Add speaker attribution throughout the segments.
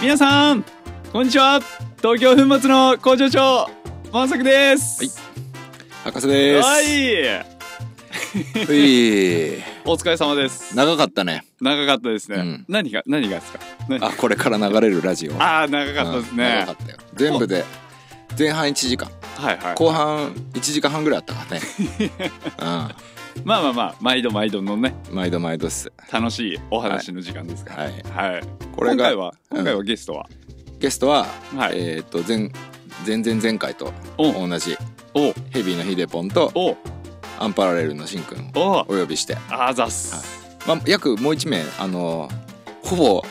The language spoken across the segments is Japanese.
Speaker 1: 皆さんこんにちは東京粉末の工場長万作です
Speaker 2: はい博士です。
Speaker 1: はい
Speaker 2: うい
Speaker 1: お疲れ様です
Speaker 2: 長かったね。
Speaker 1: 長かったですね、
Speaker 2: うん
Speaker 1: 何が何がですか何
Speaker 2: あ、これから流れるラジオ。
Speaker 1: ああ長かったです
Speaker 2: うん
Speaker 1: ね
Speaker 2: 長かったよ。全部で前半1時間、
Speaker 1: はいはい
Speaker 2: 後半1時間半ぐらいあった からね。
Speaker 1: まあまあまあ毎度毎度のね
Speaker 2: うん、毎度毎度っす。
Speaker 1: 楽しいお話の時間ですから
Speaker 2: はい。
Speaker 1: はい、
Speaker 2: これ
Speaker 1: 今
Speaker 2: が
Speaker 1: 回は
Speaker 2: うん
Speaker 1: 今回はゲストは、
Speaker 2: ゲストは、
Speaker 1: はい
Speaker 2: えっ、と前前々前回と
Speaker 1: お
Speaker 2: 同じ
Speaker 1: お
Speaker 2: ヘビーのヒデポンと
Speaker 1: お
Speaker 2: アンパラレルのシンくんを
Speaker 1: お
Speaker 2: お呼びして、
Speaker 1: あざっす、
Speaker 2: まあ約もう1名あのほぼ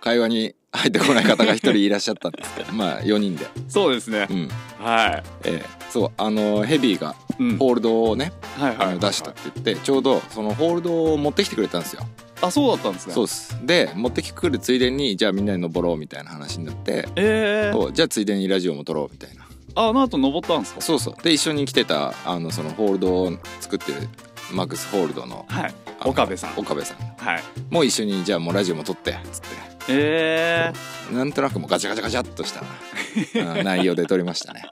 Speaker 2: 会話に入ってこない方が1人いらっしゃったんですけど、まあ4人で。
Speaker 1: そうですね
Speaker 2: う、ん。
Speaker 1: はい
Speaker 2: えーそうあのヘビーが
Speaker 1: うん
Speaker 2: ホールドをね、
Speaker 1: はいはい
Speaker 2: あの出したって言ってちょうどそのホールドを持ってきてくれたんですよ、
Speaker 1: あそうだったんですね
Speaker 2: そうですで持ってきてくるついでにじゃあみんなで登ろうみたいな話になって、
Speaker 1: ええ
Speaker 2: そうじゃあついでにラジオも撮ろうみたいな
Speaker 1: ああの後登ったんですか
Speaker 2: そうそうで一緒に来てたあのそのホールドを作ってるマックスホールドの
Speaker 1: はい
Speaker 2: あの
Speaker 1: 岡部さん
Speaker 2: 岡部さん
Speaker 1: はい
Speaker 2: もう一緒にじゃあもうラジオも撮ってつっ
Speaker 1: え
Speaker 2: てなんとなくもうガチャガチャガチャっとした うん内容で撮りましたね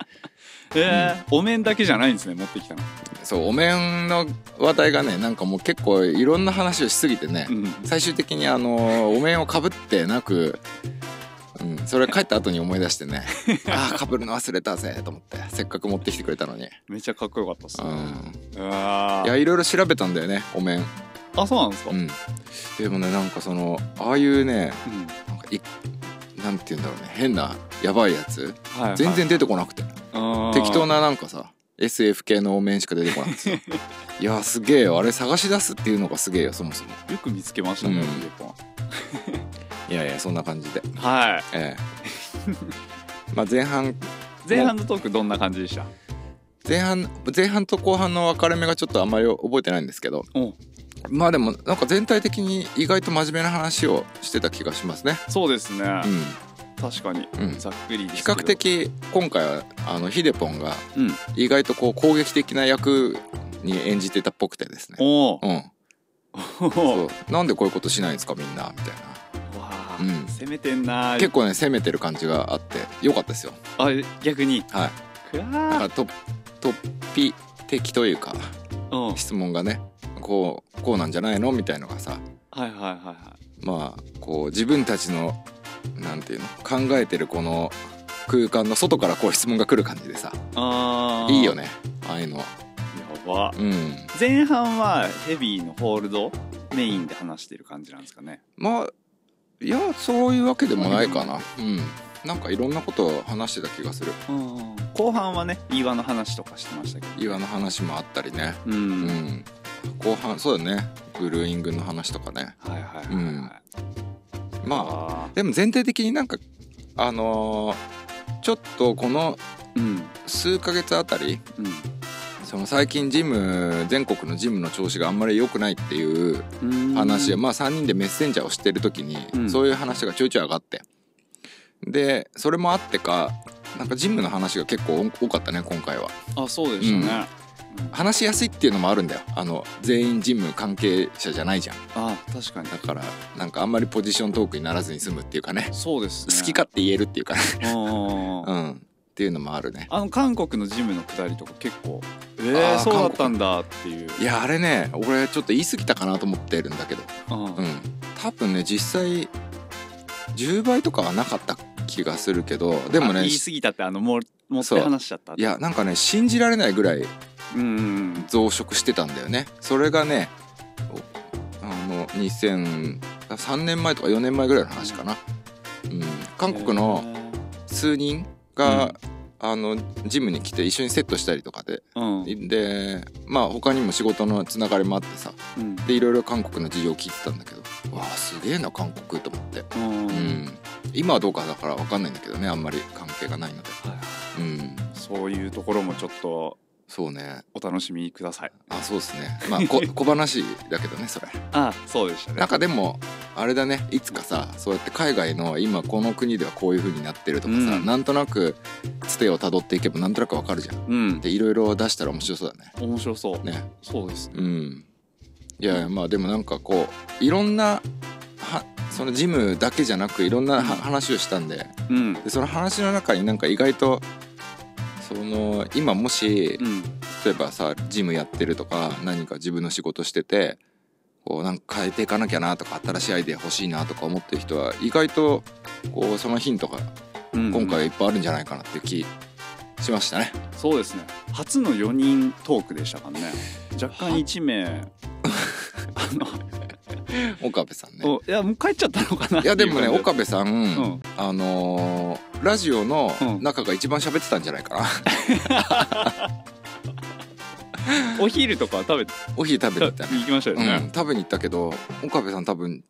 Speaker 1: えええお面だけじゃないんですね持ってきたの
Speaker 2: そうお面の話題がねなんかもう結構いろんな話をしすぎてね、
Speaker 1: うん
Speaker 2: 最終的にあのお面をかぶってなく、うん、それ帰った後に思い出して ねああかぶるの忘れたぜと思ってせっかく持ってきてくれたのに、
Speaker 1: めっちゃかっこよかったっす
Speaker 2: う
Speaker 1: ね
Speaker 2: ん、
Speaker 1: あ
Speaker 2: いやいろいろ調べたんだよねお面、
Speaker 1: あそうなんですか
Speaker 2: うん、でもねなんかそのああいうね
Speaker 1: うん
Speaker 2: なんかいなんて言うんだろうね変なやばいやつ
Speaker 1: はいはい
Speaker 2: 全然出てこなくて、適当
Speaker 1: な
Speaker 2: ななんかさ SF 系のお面しか出てこなくてさ いやすげえよあれ探し出すっていうのがすげえよそもそも
Speaker 1: よく見つけましたね
Speaker 2: うん
Speaker 1: リエポン
Speaker 2: いやいやそんな感じで
Speaker 1: はい
Speaker 2: え えまあ前半
Speaker 1: 前半のトークどんな感じでした
Speaker 2: 前半前半と後半の分かれ目がちょっとあんまり覚えてないんですけど
Speaker 1: うん
Speaker 2: まあでもなんか全体的に意外と真面目な話をしてた気がしますね
Speaker 1: そうですね
Speaker 2: う
Speaker 1: 確かに
Speaker 2: ん、うん、比
Speaker 1: ざっくりですけど
Speaker 2: 較的今回はあのヒデポンが
Speaker 1: うん
Speaker 2: 意外とこう攻撃的な役に演じてたっぽくてですね
Speaker 1: おー
Speaker 2: うん
Speaker 1: お
Speaker 2: そうなんでこういうことしないんですかみんなみたいな
Speaker 1: ー わ
Speaker 2: う
Speaker 1: ー
Speaker 2: ん
Speaker 1: 攻めてんなー
Speaker 2: 結構ね攻めてる感じがあってよかったですよ
Speaker 1: あ逆に
Speaker 2: はい
Speaker 1: くら
Speaker 2: だか
Speaker 1: ー
Speaker 2: らと突飛的というか
Speaker 1: うんはい
Speaker 2: 質問がねこうこうなんじゃないのみたいのがさ
Speaker 1: はいはいはい
Speaker 2: まあこう自分たちのなんていうの考えてるこの空間の外からこう質問が来る感じでさ
Speaker 1: あー
Speaker 2: いいよねああいうのは
Speaker 1: やば
Speaker 2: うん
Speaker 1: 前半はヘビーのホールドメインで話してる感じなんですかね
Speaker 2: まあいやそういうわけでもないかなうんなんかいろんなことを話してた気がする
Speaker 1: うん後半はね岩の話とかしてましたけど
Speaker 2: 岩の話もあったりね
Speaker 1: うん、
Speaker 2: うん後半そうだねブルーイングの話とかね
Speaker 1: はいはいはいはい、
Speaker 2: うんまあ
Speaker 1: あ
Speaker 2: でも全体的になんかあのーちょっとこの
Speaker 1: ーうん
Speaker 2: 数ヶ月あたり
Speaker 1: う
Speaker 2: その最近ジム全国のジムの調子があんまり良くないっていうん話、まあ3人でメッセンジャーをしてる時に、
Speaker 1: うん
Speaker 2: そういう話がちょいちょい上がってでそれもあってかなんかジムの話が結構多かったね今回は
Speaker 1: あそうでしたね、うん
Speaker 2: 話しやすいっていうのもあるんだよあの全員ジム関係者じゃないじゃん
Speaker 1: あ確かに
Speaker 2: だからなんかあんまりポジショントークにならずに済むっていうかね
Speaker 1: そうです、ね、
Speaker 2: 好き勝手言えるっていうかね
Speaker 1: うんうんう
Speaker 2: うんんっていうのもあるね
Speaker 1: あの韓国のジムの下りとか結構えー、
Speaker 2: あー
Speaker 1: そうだったんだっていう
Speaker 2: いやあれね俺ちょっと言い過ぎたかなと思ってるんだけど
Speaker 1: うん
Speaker 2: うん、多分ね実際10倍とかはなかった気がするけどでも
Speaker 1: あ
Speaker 2: ね
Speaker 1: 言い
Speaker 2: い
Speaker 1: 過ぎたってあのもう持って話しちゃった
Speaker 2: やなんかね信じられないぐらい
Speaker 1: うんうん
Speaker 2: 増殖してたんだよねそれがねおあの2003年前とか4年前ぐらいの話かな、うん、韓国の数人が、あのジムに来て一緒にセットしたりとかで
Speaker 1: えーうん
Speaker 2: でまあ他にも仕事のつながりもあってさ
Speaker 1: うん
Speaker 2: でいろいろ韓国の事情を聞いてたんだけどわあすげえな韓国と思って
Speaker 1: うん
Speaker 2: うん、今はどうかだから分かんないんだけどねあんまり関係がないので、
Speaker 1: はい
Speaker 2: うん、
Speaker 1: そういうところもちょっと
Speaker 2: そうね
Speaker 1: お楽しみください。
Speaker 2: あそうですねまあ こ小話だけどねそれ
Speaker 1: あそうでしたね。
Speaker 2: なんかでもあれだねいつかさそうやって海外の今この国ではこういう風になってるとかさ、
Speaker 1: うん
Speaker 2: なんとなくつてをたどっていけばなんとなく分かるじゃん
Speaker 1: うん。
Speaker 2: でいろいろ出したら面白そうだね
Speaker 1: 面白そう。
Speaker 2: ね
Speaker 1: そうですね。
Speaker 2: うんいやいやまあでもなんかこういろんなはそのジムだけじゃなくいろんなは話をしたんで
Speaker 1: うん
Speaker 2: でその話の中になんか意外とその今もし
Speaker 1: うん
Speaker 2: 例えばさジムやってるとか何か自分の仕事しててこうなんか変えていかなきゃなとか新しいアイデア欲しいなとか思ってる人は意外とこうそのヒントが
Speaker 1: うん
Speaker 2: 今回いっぱいあるんじゃないかなって気しましたね。
Speaker 1: そうですね初の4人トークでしたからね若干1名 あ
Speaker 2: 岡部さんね。
Speaker 1: のおいやもう帰っちゃったのかない
Speaker 2: いやでもね
Speaker 1: う
Speaker 2: 岡部さん、
Speaker 1: うん
Speaker 2: あのーラジオの
Speaker 1: うん
Speaker 2: 中が一番喋ってたんじゃないかな。
Speaker 1: お昼とか食べて
Speaker 2: お昼食べに行ったね。
Speaker 1: 行きましたよ
Speaker 2: う
Speaker 1: ね、
Speaker 2: ん、食べに行ったけど岡部さん多 分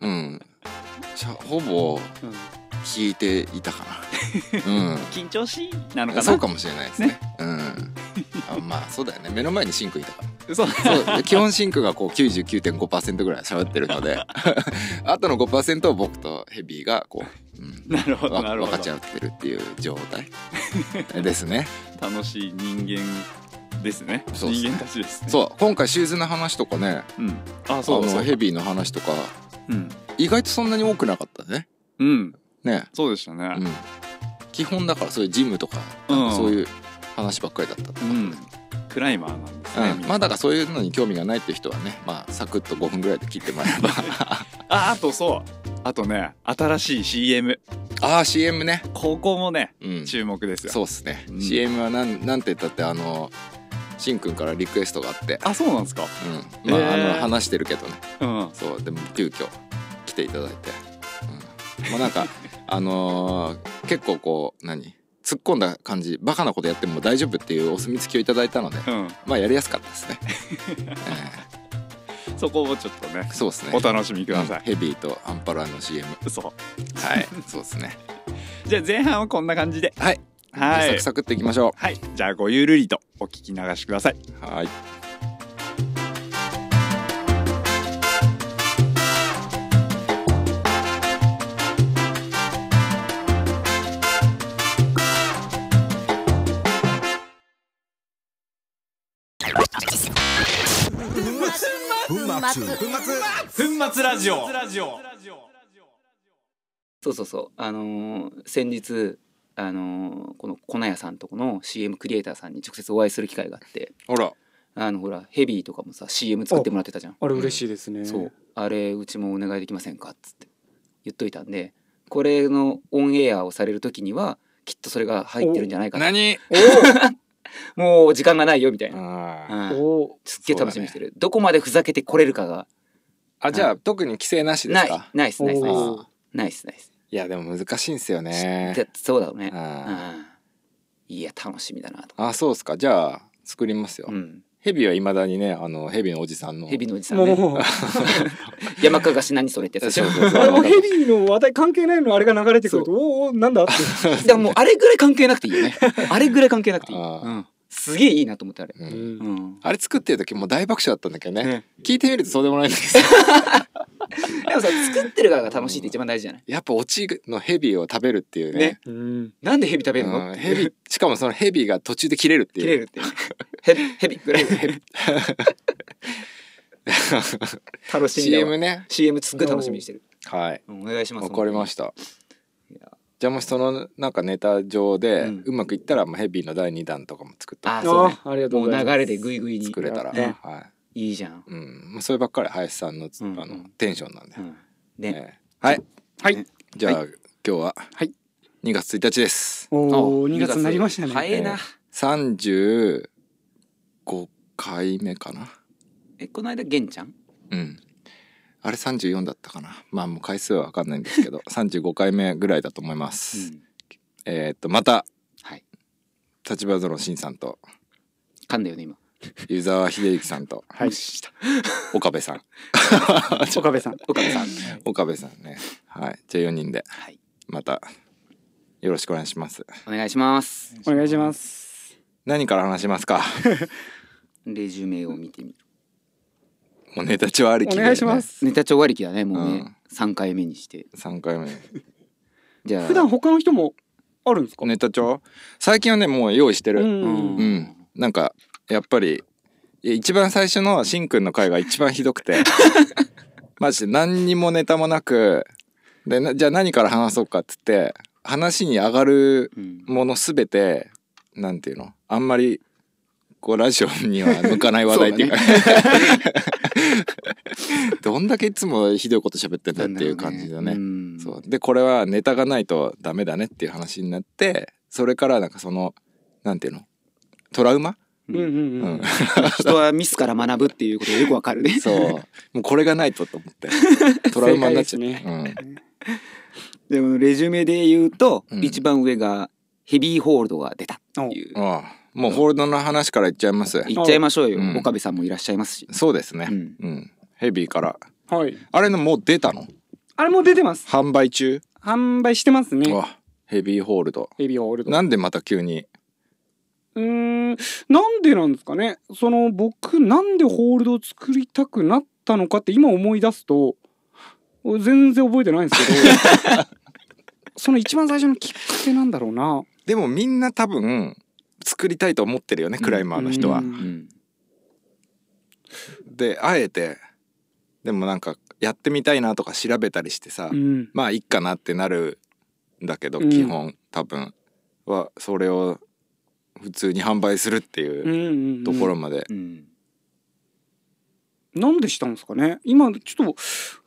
Speaker 2: うんしゃほぼ
Speaker 1: うん
Speaker 2: 聞いていたかな。うん
Speaker 1: 緊張しいなのかな
Speaker 2: そうかもしれないですねうんあまあそうだよね目の前にシンクいたか
Speaker 1: そう
Speaker 2: らそう基本シンクがこう99.5%ぐらい喋ってるので あとの5%を僕とヘビーがこう、 うん、
Speaker 1: なるほど
Speaker 2: わ
Speaker 1: なる
Speaker 2: 分
Speaker 1: ほ
Speaker 2: かち
Speaker 1: ど
Speaker 2: 合ってるっていう状態で すね
Speaker 1: 楽しい人間ですね
Speaker 2: そうですね
Speaker 1: 人間たちですね
Speaker 2: そう今回シューズの話とかね
Speaker 1: う、ん、あ
Speaker 2: あ
Speaker 1: そう
Speaker 2: の
Speaker 1: そう
Speaker 2: ヘビーの話とか
Speaker 1: うん、
Speaker 2: 意外とそんなに多くなかったね
Speaker 1: うん、
Speaker 2: ね、
Speaker 1: そうでしたね、
Speaker 2: うん、基本だからそういうジムとか
Speaker 1: うん
Speaker 2: そういう話ばっかりだった
Speaker 1: うんクライマーなんですね、
Speaker 2: うん
Speaker 1: みんな
Speaker 2: まあだからそういうのに興味がないっていう人はねまあサクッと5分ぐらいで切ってもらえば
Speaker 1: ああとそうあとね新しい CM
Speaker 2: ああ CM ね
Speaker 1: ここもね
Speaker 2: うん
Speaker 1: 注目ですよ、
Speaker 2: そうっすね、
Speaker 1: うん
Speaker 2: CM はなんなんて言ったってあのしんくんからリクエストがあって、
Speaker 1: あそうなんですか
Speaker 2: うんまあ、
Speaker 1: へー
Speaker 2: あの話してるけどね
Speaker 1: うん
Speaker 2: そうでも急遽来ていただいて、うん、まあなん かあのー結構こう何突っ込んだ感じバカなことやっても大丈夫っていうお墨付きをいただいたので
Speaker 1: うん
Speaker 2: まあやりやすかったです ね、
Speaker 1: そこもちょっとね
Speaker 2: えーそうですね
Speaker 1: お楽しみくださ
Speaker 2: うん
Speaker 1: い、
Speaker 2: ヘビーとアンパラの CM
Speaker 1: そ
Speaker 2: はい そうですね
Speaker 1: うじゃあ前半はこんな感じでは
Speaker 2: はい
Speaker 1: は
Speaker 2: サ
Speaker 1: い
Speaker 2: クサクっていきましょ
Speaker 1: はいじゃあごゆるりとお聞き流しくださいう
Speaker 2: はい
Speaker 1: 粉末ラジオ
Speaker 3: そうそうそうあのー先日あのーこの粉屋さんとこの CM クリエイターさんに直接お会いする機会があって
Speaker 2: ほら
Speaker 3: あのほらヘビーとかもさ CM 作ってもらってたじゃん、
Speaker 4: あれ嬉しいですね。
Speaker 3: そうあれうちもお願いできませんかっつって言っといたんでこれのオンエアをされる時にはきっとそれが入ってるんじゃないかな
Speaker 2: 何
Speaker 3: もう時間がないよみたいな、
Speaker 2: あ
Speaker 3: うん
Speaker 4: お
Speaker 3: すっげえ楽しみにしてる、どこまでふざけてこれるかが
Speaker 2: じゃあ特に規制なしで
Speaker 3: な
Speaker 2: す
Speaker 3: い
Speaker 2: か
Speaker 3: ないっすないっすないっ
Speaker 4: お
Speaker 3: す
Speaker 4: ー
Speaker 3: ないっすないっす
Speaker 2: いやでも難しいんすよね
Speaker 3: だってそうだろうね
Speaker 2: あ
Speaker 3: うんいや楽しみだなと、
Speaker 2: あそうっすかじゃあ作りますよ
Speaker 3: うん、
Speaker 2: ヘビはいまだにねあのヘビのおじさんの
Speaker 3: ヘビのおじさんね
Speaker 4: もう
Speaker 3: 山かがし何それってやつでしょ
Speaker 2: そうそうそう
Speaker 4: あれもヘビーの話題関係ないのあれが流れてくるとおーおーなんだって
Speaker 3: でももうあれぐらい関係なくていいよねあれぐらい関係なくていい、
Speaker 2: あー
Speaker 3: うん、すげえいいなと思ってあれ、
Speaker 2: う
Speaker 4: うんん
Speaker 3: うん、
Speaker 2: あれ作ってる時もう大爆笑だったんだけどね
Speaker 4: ね
Speaker 2: 聞いてみるとそうでもないんです けど
Speaker 3: でもさ作ってる側が楽しいって一番大事じゃない
Speaker 2: やっぱオチのヘビを食べるっていうね
Speaker 3: ね
Speaker 4: うん
Speaker 3: なんでヘビ食べるの、
Speaker 2: うんヘビしかもそのヘビが途中で切れるって
Speaker 3: 切
Speaker 2: い
Speaker 3: れ
Speaker 2: う
Speaker 3: るってヘビヘビぐらい楽しみだ
Speaker 2: CM
Speaker 3: わ
Speaker 2: ね
Speaker 3: CM すっごい楽しみにしてる、
Speaker 2: はい
Speaker 3: うんお願いします
Speaker 2: わかりました
Speaker 3: いや
Speaker 2: じゃあもしそのなんかネタ上で
Speaker 3: うん
Speaker 2: うまくいったらまあヘビーの第2弾とかも作っと
Speaker 3: あーそうね
Speaker 4: あありがとう
Speaker 3: も
Speaker 4: ご
Speaker 3: う
Speaker 4: ざい
Speaker 3: 流
Speaker 4: ます
Speaker 3: れでグイグイに
Speaker 2: 作れたら、
Speaker 3: ね
Speaker 2: はい
Speaker 3: いじゃん、
Speaker 2: うん、もうそればっかり林さんの,、
Speaker 3: うん
Speaker 2: あ
Speaker 3: う
Speaker 2: の
Speaker 3: ん
Speaker 2: テンションなんで、
Speaker 3: うん、
Speaker 2: え
Speaker 3: ね
Speaker 2: えはい
Speaker 4: はい
Speaker 2: じゃあ、
Speaker 3: は
Speaker 2: 今日は、
Speaker 4: はい
Speaker 2: 2月1日です
Speaker 4: おお2月になりましたね
Speaker 3: 早いな、
Speaker 2: 35回目かな
Speaker 3: えこの間げんちゃん
Speaker 2: うんあれ34だったかなまあもう回数は分かんないんですけど 35回目ぐらいだと思います、
Speaker 3: うん
Speaker 2: えーっとまた、
Speaker 3: はい
Speaker 2: 立花園新さんと
Speaker 3: 噛んだよね今
Speaker 2: 湯沢秀行さんと
Speaker 4: はい
Speaker 2: 岡部さん
Speaker 4: 岡部さん
Speaker 3: 岡部さん
Speaker 2: 岡部さんねはいじゃあ4人で
Speaker 3: はい
Speaker 2: またよろしくお願いします
Speaker 3: お願いします
Speaker 4: お願いします
Speaker 2: 何から話しますか
Speaker 3: レジュメを見てみる
Speaker 2: もうネタ帳あり
Speaker 4: お
Speaker 2: きで、ね、
Speaker 4: 願いします
Speaker 3: ネタ帳割り機だねもう
Speaker 2: うん
Speaker 3: ね、三回目にして
Speaker 2: 3回目
Speaker 3: じゃあ
Speaker 4: 普段他の人もあるんですか
Speaker 2: ネタ帳最近はねもう用意してる
Speaker 4: う
Speaker 3: うんん、
Speaker 2: うん、なんかやっぱりいや一番最初のしんくんの回が一番ひどくてマジで何にもネタもなくでなじゃあ何から話そうかっつって話に上がる
Speaker 3: うん
Speaker 2: ものすべてなんていうのあんまりこうラジオには向かない話題っていうか どんだけいつもひどいこと喋ってんだっていう感じだね。
Speaker 3: ん
Speaker 2: そうでこれはネタがないとダメだねっていう話になってそれからなんかそのなんていうのトラウマ、
Speaker 4: うんうん うん。
Speaker 3: 人はミスから学ぶっていうことがよくわかるね
Speaker 2: そうもうこれがないとと思 ってトラウマになっちゃっ
Speaker 4: 正
Speaker 2: て
Speaker 4: 解、
Speaker 3: でもレジュメで言うと、
Speaker 2: うん
Speaker 3: 一番上がヘビーホールドが出たっていう
Speaker 2: うんああもうホールドの話からいっちゃいます
Speaker 3: 言っちゃいましょうよ、
Speaker 2: うん
Speaker 3: 岡部さんもいらっしゃいますし、
Speaker 2: そうですね
Speaker 3: う、ん、
Speaker 2: うん、ヘビーから
Speaker 4: はい。
Speaker 2: あれのもう出たの
Speaker 4: あれもう出てます。
Speaker 2: 販売中
Speaker 4: 販売してますね。
Speaker 2: わヘビーホールド
Speaker 4: エビオールド。
Speaker 2: なんでまた急に
Speaker 4: うーん。なんでなんですかね。その僕なんでホールドを作りたくなったのかって今思い出すと全然覚えてないんですけど。その一番最初のきっかけなんだろうな。
Speaker 2: でもみんな多分作りたいと思ってるよね、クライマーの人は
Speaker 4: う。ん
Speaker 2: であえてでもなんかやってみたいなとか調べたりしてさ、
Speaker 4: うん。
Speaker 2: まあいっかなってなるんだけど、
Speaker 4: うん
Speaker 2: 基本多分はそれを普通に販売するって
Speaker 4: うん
Speaker 2: いう
Speaker 4: うんうん。
Speaker 2: ところまで、
Speaker 3: うん
Speaker 4: なんでしたんですかね今ちょっと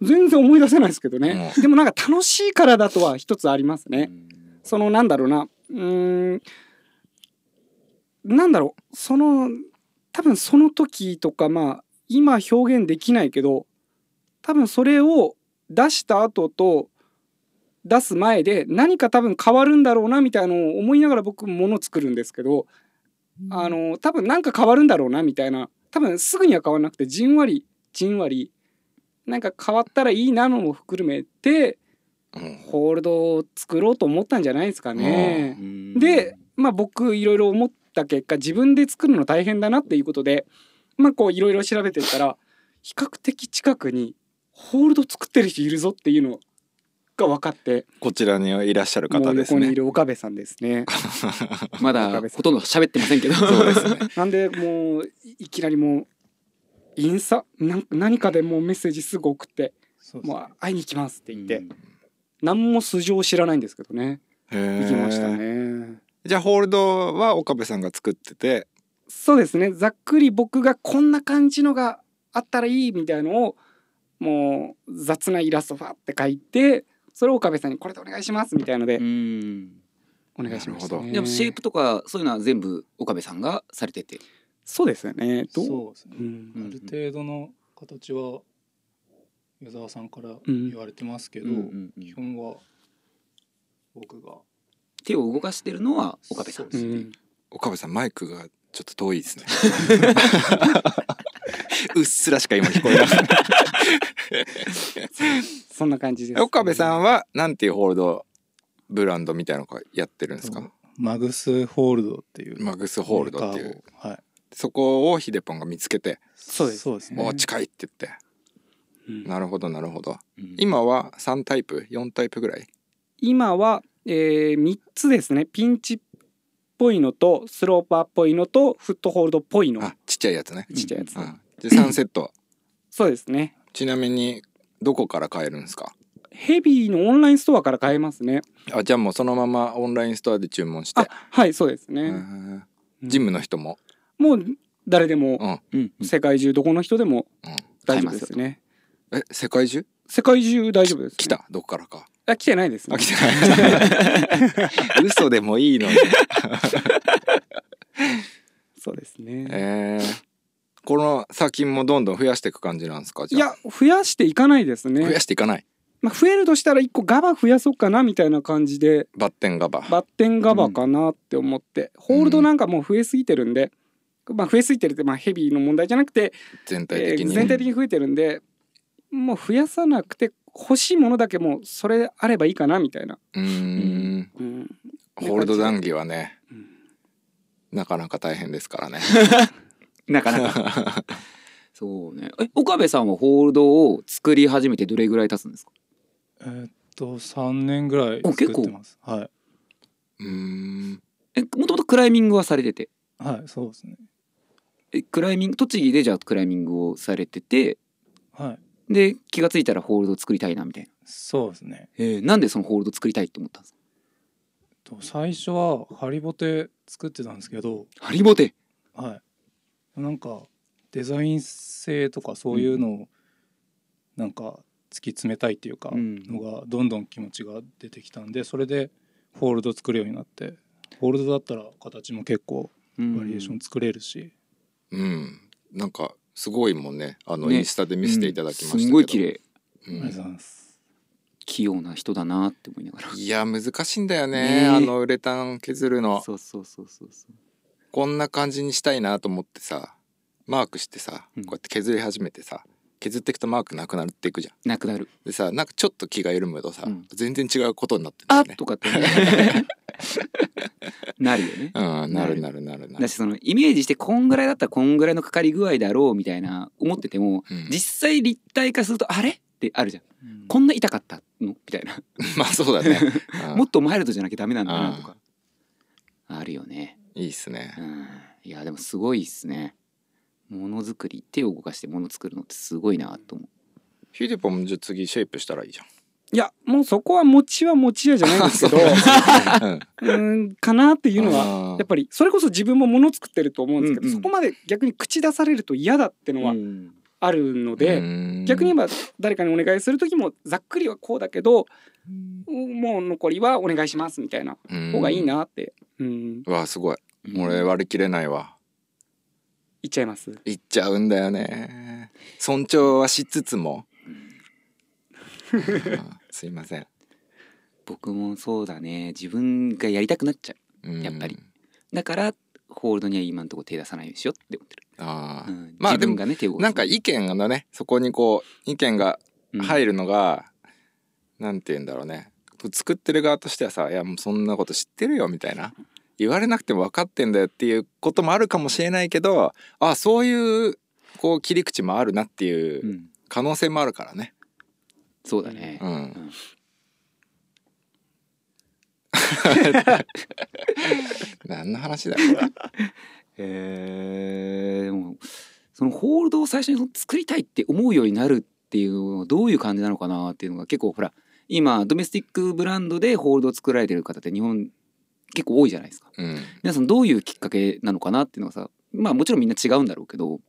Speaker 4: 全然思い出せないですけどね、でもなんか楽しいからだとは一つありますね、そのなんだろうなうーんなんだろうその多分その時とかまあ今表現できないけど多分それを出した後と出す前で何か多分変わるんだろうなみたいなのを思いながら僕もの作るんですけどあの多分なんか変わるんだろうなみたいな多分すぐには変わらなくてじんわりじんわりなんか変わったらいいなのも含めて
Speaker 2: うん
Speaker 4: ホールドを作ろうと思ったんじゃないですかね。
Speaker 3: うん
Speaker 4: で、まあ、僕いろいろ思った結果自分で作るの大変だなっていうことで、まあ、こういろいろ調べてったら比較的近くにホールド作ってる人いるぞっていうのが分かって
Speaker 2: こちらにいらっしゃる
Speaker 4: も
Speaker 2: 方
Speaker 4: う
Speaker 2: です
Speaker 4: 横にい
Speaker 2: ね。
Speaker 4: る岡部さんですね。
Speaker 3: まだほとんど喋ってませんけど
Speaker 2: そうですね。
Speaker 4: なんでもういいきなりもうインスタなん何かでもうメッセージすぐ送って「もう会いに行きます」って言って、何も素性を知らないんですけどね
Speaker 2: へ
Speaker 4: 行
Speaker 2: ー
Speaker 4: きましたね。
Speaker 2: じゃあホールドは岡部さんが作ってて、
Speaker 4: そうですねざっくり僕がこんな感じのがあったらいいみたいのをもう雑なイラストファって書いてそれを岡部さんに「これでお願いします」みたいので
Speaker 3: うん
Speaker 4: お願いしました、
Speaker 2: なる
Speaker 4: ね、
Speaker 3: でもシェイプとかそういうのは全部岡部さんがされてて
Speaker 4: そうですよねどう
Speaker 5: そうですね、
Speaker 4: うん
Speaker 3: うん
Speaker 5: ある程度の形は矢沢さんから
Speaker 4: うん
Speaker 5: 言われてますけど、
Speaker 3: うん
Speaker 5: 基本は僕が
Speaker 3: 手を動かしてるのは岡部さん
Speaker 5: そうですね
Speaker 4: うん
Speaker 2: 岡部さんマイクがちょっと遠いで すね。うっすらしか今聞こえない。
Speaker 4: そんな感じです、
Speaker 2: 岡部さんはなんていうホールドブランドみたいなのかやってるんですか
Speaker 5: マグスホールドっていう
Speaker 2: マグスホールドってい
Speaker 5: メー
Speaker 2: う
Speaker 5: カーをはい
Speaker 2: そこをヒデポンが見つけて
Speaker 4: そうです
Speaker 5: そうで
Speaker 2: 「
Speaker 5: すね
Speaker 2: おー近い!」って言って
Speaker 4: うん
Speaker 2: なるほどなるほど
Speaker 3: うん
Speaker 2: 今は3タイプ4タイプぐらい
Speaker 4: 今は、え3つですねピンチっぽいのとスローパーっぽいのとフットホールドっぽいの
Speaker 2: あちっちゃいやつね
Speaker 4: ちっちゃいやつ、
Speaker 2: うんで3セット
Speaker 4: そうですね
Speaker 2: ちなみにどこから買えるんですか
Speaker 4: ヘビーのオンラインストアから買えますね
Speaker 2: あじゃあもうそのままオンラインストアで注文して
Speaker 4: あはいそうですね、
Speaker 2: うんジムの人も
Speaker 4: もう誰でも
Speaker 3: うんうん
Speaker 4: 世界中どこの人でも
Speaker 2: うん
Speaker 4: 大丈夫ですね。
Speaker 2: え世界中
Speaker 4: 世界中大丈夫です、ね。
Speaker 2: 来たどこからか
Speaker 4: あ来てないですね
Speaker 2: あ。来てない嘘でもいい のに
Speaker 4: そうですね。
Speaker 2: えー、この作品もどんどん増やしていく感じなんですか
Speaker 4: い
Speaker 2: じゃあ
Speaker 4: や増やしていかないです
Speaker 2: 増や
Speaker 4: ね。
Speaker 2: していかない
Speaker 4: まあ増えるとしたら一個ガバ増やそうかなみたいな感じで
Speaker 2: バッテンガバ
Speaker 4: バッテンガバかなって思って、ホールドなんかもう増えすぎてるんで、まあ増えすぎてるってまあヘビーの問題じゃなくて、
Speaker 2: 全体
Speaker 4: え
Speaker 2: 的
Speaker 4: ー
Speaker 2: に、
Speaker 4: 全体的に増えてるんで、もう増やさなくて欲しいものだけもうそれあればいいかなみたいな。
Speaker 2: うーん
Speaker 4: うん。
Speaker 2: ホールド談義はね
Speaker 4: うん
Speaker 2: なかなか大変ですからね
Speaker 3: なかなかそうねえ岡部さんはホールドを作り始めてどれぐらい経つんですか
Speaker 5: えーっと3年ぐらい
Speaker 3: お
Speaker 5: 作
Speaker 3: 結構
Speaker 5: ってますは
Speaker 2: うーん
Speaker 3: えもともとクライミングはされてて
Speaker 5: いはいそうですね
Speaker 3: えクライミング栃木でじゃあクライミングをされてて
Speaker 5: はい
Speaker 3: で気がついたらホールド作りたいなみたいな、
Speaker 5: そうですね
Speaker 3: えーなんでそのホールド作りたいって思ったんですか
Speaker 5: と最初はハリボテ作ってたんですけど
Speaker 3: ハリボテ
Speaker 5: はいなんかデザイン性とかそういうのをなんか突き詰めたいっていうか
Speaker 3: うん
Speaker 5: のがどんどん気持ちが出てきたんでそれでホールド作るようになってホールドだったら形も結構バリエーション作れるし、
Speaker 2: うん。なんか、すごいもんね。あの、イ
Speaker 3: ね
Speaker 2: ンスタで見せていただきましたけど。
Speaker 3: すんごい綺麗
Speaker 2: う。
Speaker 5: ありがとうんございます
Speaker 3: 器用な人だなって思いながら
Speaker 2: いや、難しいんだよ
Speaker 3: ね
Speaker 2: ね。あの、ウレタン削るの。
Speaker 3: そうそうそうそうそう
Speaker 2: こんな感じにしたいなと思ってさ、マークしてさ、こ
Speaker 3: うん
Speaker 2: うやって削り始めてさ、削っていくとマークなくなっていくじゃん。
Speaker 3: なくなる
Speaker 2: でさ、なんかちょっと気が緩むとさ、
Speaker 3: うん
Speaker 2: 全然違うことになってるんだ
Speaker 3: あ
Speaker 2: よ
Speaker 3: っ
Speaker 2: ね。
Speaker 3: とかってね なるよね
Speaker 2: うん、なるなるなるな
Speaker 3: だ
Speaker 2: る。
Speaker 3: しそのイメージしてこんぐらいだったらこんぐらいのかかり具合だろうみたいな思ってても
Speaker 2: うん
Speaker 3: 実際立体化するとあれってあるじゃん
Speaker 5: うん
Speaker 3: こんな痛かったのみたいな
Speaker 2: まあそうだね。うん
Speaker 3: もっとマイルドじゃなきゃダメなんだなとかあるよね
Speaker 2: いいっすね
Speaker 3: う。んいやでもすごいっすねものづくり手を動かしてもの作るのってすごいなと思う
Speaker 2: ヒデポもじゃあ次シェイプしたらいいじ
Speaker 4: いやもうそこは餅は餅屋じゃ ないんですけど
Speaker 2: ゃん。うん
Speaker 4: うんかなっていうのは
Speaker 2: は
Speaker 4: やっぱりそれこそ自分も物作ってると思うんですけど、
Speaker 3: うんうん
Speaker 4: そこまで逆に口出されると嫌だってのは
Speaker 3: うん
Speaker 4: あるので、逆に言えば誰かにお願いする時もざっくりはこうだけど、もう残りはお願いしますみたいな方がいい。なって、うん、
Speaker 2: うんわあすごい。俺割り切れないわ。
Speaker 4: 言っちゃいます。
Speaker 2: いっちゃうんだよね。尊重はしつつも。あすいません。
Speaker 3: 僕もそうだね自分がやりたくなっちゃ
Speaker 2: うん
Speaker 3: やっぱり。だからホールドには今のところ手出さないようにしようって思ってる、
Speaker 2: あ
Speaker 3: う
Speaker 2: あ。
Speaker 3: ん、
Speaker 2: まあ
Speaker 3: 自分がね手を動かす
Speaker 2: なんか意見がね、そこにこう意見が
Speaker 3: うん
Speaker 2: 入るのが、なんて言うんだろうね。作ってる側としてはさ、いやもうそんなこと知ってるよみたいな。言われなくても分かってんだよっていうこともあるかもしれないけど、あそういうこう切り口もあるなっていううん可能性もあるからね。
Speaker 3: そうだね、
Speaker 2: うん
Speaker 3: うん。
Speaker 2: 何の話だよこれ。
Speaker 3: えー、でもそのホールドを最初に作りたいって思うようになるっていうのはどういう感じなのかなっていうのが結構ほら今ドメスティックブランドでホールドを作られてる方って日本結構多いじゃないですか
Speaker 2: うん。
Speaker 3: 皆さんどういうきっかけなのかなっていうのはさまあもちろんみんな違うんだろうけど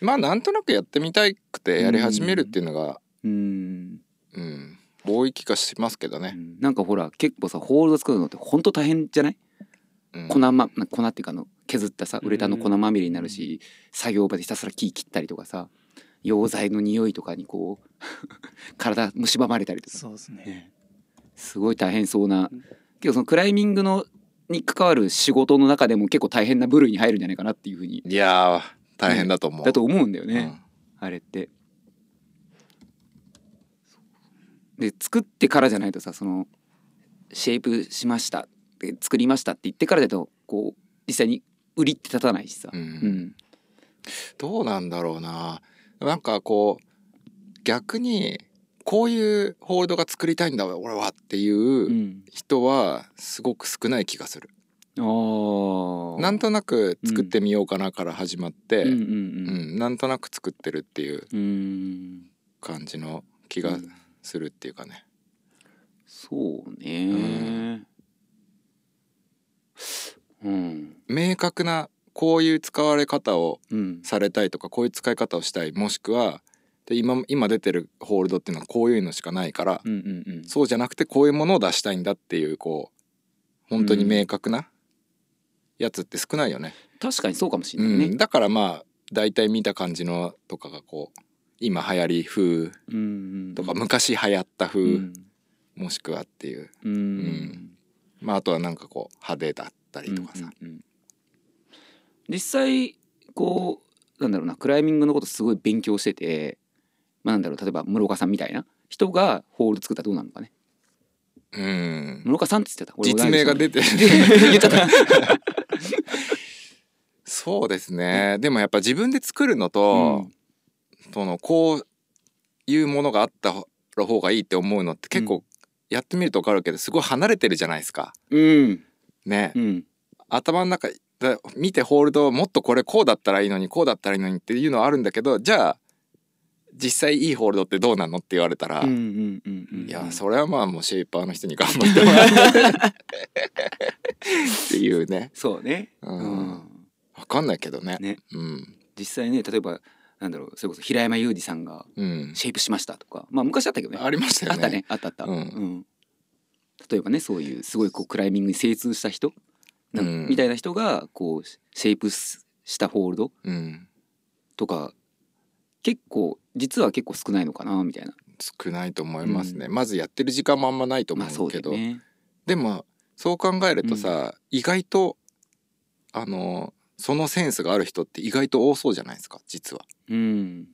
Speaker 2: まあなんとなくやってみたくてやり始めるっていうのが、
Speaker 3: うーん
Speaker 2: うん、多い気がしますけどね。
Speaker 3: なんかほら結構さホールド作るのってほんと大変じゃない
Speaker 2: うん
Speaker 3: 粉ま粉っていうかあの削ったさウレタンの粉まみれになるし、作業場でひたすら木切ったりとかさ溶剤の匂いとかにこう 体蝕まれたりとか
Speaker 5: そうですね
Speaker 3: ねすごい大変そうな結構そのクライミングのに関わる仕事の中でも結構大変な部類に入るんじゃないかなっていうふうに
Speaker 2: いやー大変だと思う。
Speaker 3: だと思うんだよ
Speaker 2: うん
Speaker 3: ね、あれって。で作ってからじゃないとさそのシェイプしましたで作りましたって言ってからだとこう実際に売りって立たないしさ、
Speaker 2: うん
Speaker 3: うん
Speaker 2: どうなんだろうな。なんかこう逆にこういうホールドが作りたいんだ俺はっていう人はすごく少ない気がする。
Speaker 3: ああ
Speaker 2: なんとなく作ってみようかなから始まって、う
Speaker 3: う
Speaker 2: ん
Speaker 3: うん
Speaker 2: ん
Speaker 3: うん
Speaker 2: なんとなく作ってるっていう
Speaker 3: うーん
Speaker 2: 感じの気がするっていうかね。
Speaker 3: そうねうん
Speaker 2: 明確なこういう使われ方を
Speaker 3: うん
Speaker 2: されたいとかこういう使い方をしたいもしくはで今今出てるホールドっていうのはこういうのしかないから、
Speaker 3: うんうんうん
Speaker 2: そうじゃなくてこういうものを出したいんだっていうこう本当に明確なやつって少ないよね。
Speaker 3: 確かにそうかもし
Speaker 2: う
Speaker 3: れない
Speaker 2: ん
Speaker 3: ね
Speaker 2: だからまあ大体見た感じのとかがこう今流行り風
Speaker 3: うんうん
Speaker 2: とか昔流行った風、
Speaker 3: うん
Speaker 2: もしくはっていう、
Speaker 3: うん
Speaker 2: んまあ、あとはなんかこう派手だったりとかさ。
Speaker 3: うんうんうん実際こうなんだろうなクライミングのことすごい勉強してて、まあ、なんだろう例えば室岡さんみたいな人がホール作ったらどうなのかね
Speaker 2: うん
Speaker 3: 室岡さんって言っちゃった俺
Speaker 2: 実名が
Speaker 3: 俺
Speaker 2: 出てる
Speaker 3: 言っちゃった
Speaker 2: そうですね、でもやっぱ自分で作るのと、そのこういうものがあった方がいいって思うのって結構やってみると分かるけどすごい離れてるじゃないですか。
Speaker 3: うん
Speaker 2: ね、
Speaker 3: うん
Speaker 2: 頭の中だ見てホールドをもっとこれこうだったらいいのにこうだったらいいのにっていうのはあるんだけどじゃあ実際いいホールドってどうなのって言われたら、
Speaker 3: うんうんうんうん
Speaker 2: いやそれはまあもうシェイパーの人に頑張ってもらってっていう ね
Speaker 3: そうね
Speaker 2: う
Speaker 3: うんん
Speaker 2: わかんないけどね
Speaker 3: ね
Speaker 2: うん
Speaker 3: 実際ね例えばなんだろうそれこそ平山裕二さんが
Speaker 2: うん
Speaker 3: シェイプしましたとかまあ昔あったけどね
Speaker 2: ありましたよ
Speaker 3: あ
Speaker 2: ね
Speaker 3: ったねあったあった、
Speaker 2: うん
Speaker 3: ん例えばねそういうすごいこうクライミングに精通した人なんか
Speaker 2: うん
Speaker 3: みたいな人がこうシェイプししたホールド
Speaker 2: うん
Speaker 3: とか結構実は結構少ないのかなみたいな
Speaker 2: 少ないと思いますね、
Speaker 3: う
Speaker 2: まずやってる時間もあんまないと思
Speaker 3: まあそうう
Speaker 2: け
Speaker 3: だよ
Speaker 2: ど、
Speaker 3: ね
Speaker 2: でもそう考えるとさ、意外とあのそのセンスがある人って意外と多そうじゃないですか実は
Speaker 3: うん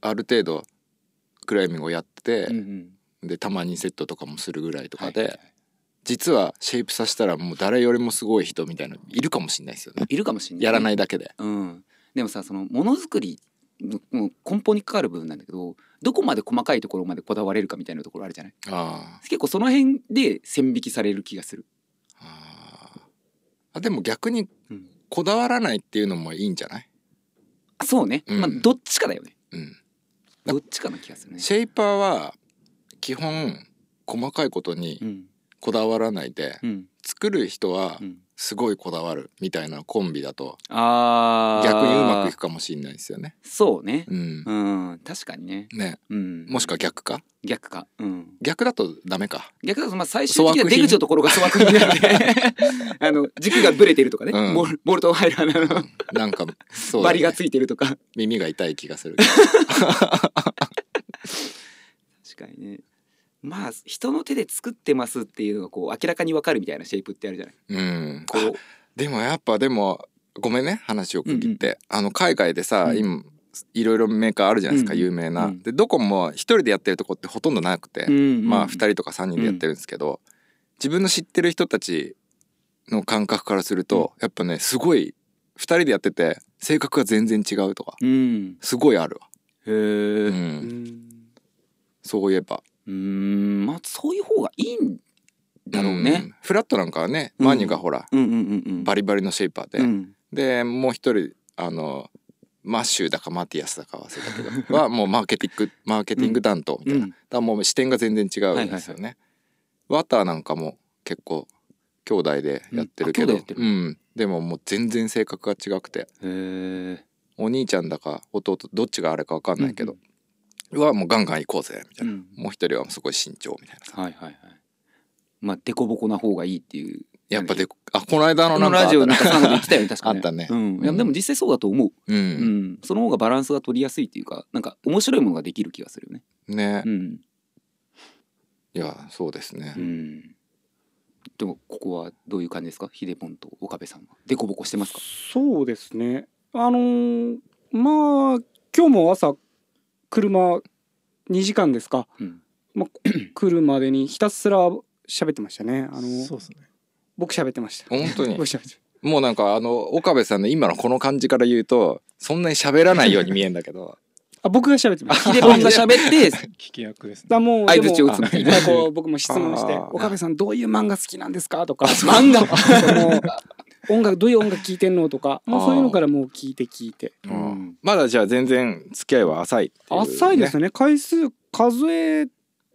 Speaker 2: ある程度クライミングをやって
Speaker 3: うんうん
Speaker 2: でたまにセットとかもするぐらいとかで、
Speaker 3: はいはいはい
Speaker 2: 実はシェイプさせたらもう誰よりもすごい人みたいなのいるかもしれないですよね
Speaker 3: いるかもしれない
Speaker 2: やらないいだけで、
Speaker 3: うんでもさそのものづくりのもう根本にかかる部分なんだけどどこまで細かいところまでこだわれるかみたいなところあるじゃない
Speaker 2: あ
Speaker 3: 結構その辺で線引きされる気がする、
Speaker 2: ーあーあでも逆に
Speaker 3: うん
Speaker 2: こだわらないっていうのもいいんじゃない、
Speaker 3: あそうね、
Speaker 2: うん
Speaker 3: まあどっちかだよね
Speaker 2: うん、
Speaker 3: どっちかな気がするね
Speaker 2: シェイパーは基本細かいことに
Speaker 3: うん
Speaker 2: こだわらないで
Speaker 3: うん
Speaker 2: 作る人は
Speaker 3: うん
Speaker 2: すごいこだわるみたいなコンビだと
Speaker 3: あー
Speaker 2: 逆にうまくいくかもしれないですよね。
Speaker 3: そうね
Speaker 2: うん
Speaker 3: うん確かにね
Speaker 2: ね
Speaker 3: うん
Speaker 2: もしくは逆か
Speaker 3: 逆かうん
Speaker 2: 逆だとダメか。
Speaker 3: 逆だとまあ最終的な出口のところが粗悪になるんで あの軸がブレてるとかね、
Speaker 2: うん
Speaker 3: ボルボルトが入るあの
Speaker 2: なん かそうだ
Speaker 3: バ
Speaker 2: ね
Speaker 3: リがついてるとか
Speaker 2: 耳が痛い気がするけど。
Speaker 3: 確かにねまあ人の手で作ってますっていうのがこう明らかにわかるみたいなシェイプってあるじゃない
Speaker 2: うん、
Speaker 3: こう
Speaker 2: でもやっぱでもごめんね話を区切って、あの海外でさ、
Speaker 3: うん
Speaker 2: 今いろいろメーカーあるじゃないですか、
Speaker 3: うん
Speaker 2: 有名な。
Speaker 3: うん
Speaker 2: でどこも一人でやってるとこってほとんどなくて、
Speaker 3: うん
Speaker 2: ま
Speaker 3: う
Speaker 2: あ
Speaker 3: ん
Speaker 2: 2人とか3人でやってるんですけど、自分の知ってる人たちの感覚からすると、やっぱねすごい2人でやってて性格が全然違うとか
Speaker 3: うん
Speaker 2: すごいあるわ、
Speaker 3: へえ
Speaker 2: う
Speaker 3: うん
Speaker 4: うん
Speaker 2: そういえば。
Speaker 3: ーんまあそういう方がいいんだろうね、
Speaker 2: んフラットなんかはね
Speaker 3: うん
Speaker 2: マニがほら、
Speaker 3: うん、うんうんうん
Speaker 2: バリバリのシェイパーで、
Speaker 3: うん
Speaker 2: でもう一人あのマッシュだかマティアスだか忘れたけどはもうマーケティングマーケティング担当みたいな、
Speaker 3: うん
Speaker 2: だからもう視点が全然違うんですよね。ワターなんかも結構兄弟でやってるけど、
Speaker 3: う
Speaker 2: う
Speaker 3: んあ
Speaker 2: ん
Speaker 3: 兄弟やって
Speaker 2: でももう全然性格が違くて
Speaker 3: へえ
Speaker 2: お兄ちゃんだか弟どっちがあれか分かんないけど、はもうガンガン行こうぜみた
Speaker 3: う
Speaker 2: いな、
Speaker 3: ん
Speaker 2: もう一人はすごい慎重みたいなさ
Speaker 3: はいはいはいまあ凸凹な方がいいっていう
Speaker 2: やっぱであこの間の
Speaker 3: こ
Speaker 2: なん
Speaker 3: の
Speaker 2: かあ
Speaker 3: ラ
Speaker 2: っ
Speaker 3: ジ
Speaker 2: た
Speaker 3: オなん
Speaker 2: ね
Speaker 3: かサンドで言ってたよね確かね
Speaker 2: あったね
Speaker 3: うんいや
Speaker 2: うん
Speaker 3: でも実際そうだと思う
Speaker 2: う、
Speaker 3: うんん、その方がバランスが取りやすいっていうかなんか面白いものができる気がするよね。
Speaker 2: ね、
Speaker 3: うん
Speaker 2: いやそうですね、
Speaker 3: うん、でもここはどういう感じですかヒデポンと岡部さんは。でこぼこしてますか
Speaker 4: そうですねあのーまあ今日も朝車2時間ですか
Speaker 3: うん
Speaker 4: 来るまでにひたすら喋ってましたねあの
Speaker 5: そうですね
Speaker 4: 僕喋ってました
Speaker 2: 本当に
Speaker 4: 僕喋って
Speaker 2: もうなんかあの岡部さんの今のこの感じから言うとそんなに喋らないように見えんだけど
Speaker 4: あ僕が喋ってました
Speaker 3: ヒデポンが喋って
Speaker 5: 聞き役ですね
Speaker 4: だもう
Speaker 3: 相
Speaker 4: でも
Speaker 3: 槌を打つみたい
Speaker 4: いっ
Speaker 3: な。
Speaker 4: ぱいこう僕も質問して
Speaker 2: あー
Speaker 4: 「岡部さんどういう漫画好きなんですか?」とか「
Speaker 3: 漫画
Speaker 4: その音楽どういう音楽聴いてんの?」とかもうそういうのからもう聞いて聞いて
Speaker 3: うん
Speaker 2: まだじゃあ全然付き合いは浅いっていうね
Speaker 4: 浅いですね回数数え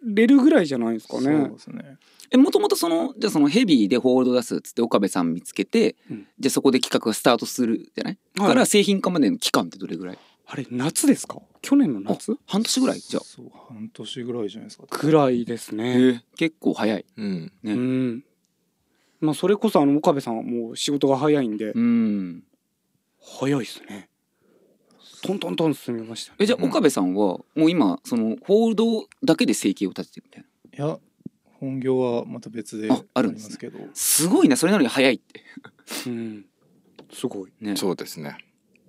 Speaker 4: れるぐらいじゃないですか
Speaker 5: そう
Speaker 4: ね
Speaker 5: ですね
Speaker 3: えもともとそのじゃあそのヘビーでホールド出すっつって岡部さん見つけて、
Speaker 4: うん
Speaker 3: じゃあそこで企画がスタートするじゃない、
Speaker 4: はい
Speaker 3: から製品化までの期間ってどれぐらい
Speaker 4: あれ夏ですか去年の夏
Speaker 3: 半年ぐらいじゃあ。
Speaker 5: そう半年ぐらいじゃないですか
Speaker 4: ぐらいですね
Speaker 3: 結構早い。
Speaker 2: うん
Speaker 3: え
Speaker 4: うんまあそれこそあの岡部さんはもう仕事が早いんで
Speaker 3: うん、
Speaker 4: 早いですねトントントン進みましたね
Speaker 3: えじゃあ
Speaker 2: うん
Speaker 3: 岡部さんはもう今そのホールドだけで生計を立ててるみたいない
Speaker 5: や本業はまた別で
Speaker 3: あ
Speaker 5: あ
Speaker 3: あ
Speaker 5: あ
Speaker 3: る
Speaker 5: り
Speaker 3: ん
Speaker 5: ま
Speaker 3: です
Speaker 5: すけど
Speaker 3: すごいなそれなのに早いって
Speaker 4: うんすごい
Speaker 3: ね
Speaker 2: そうですね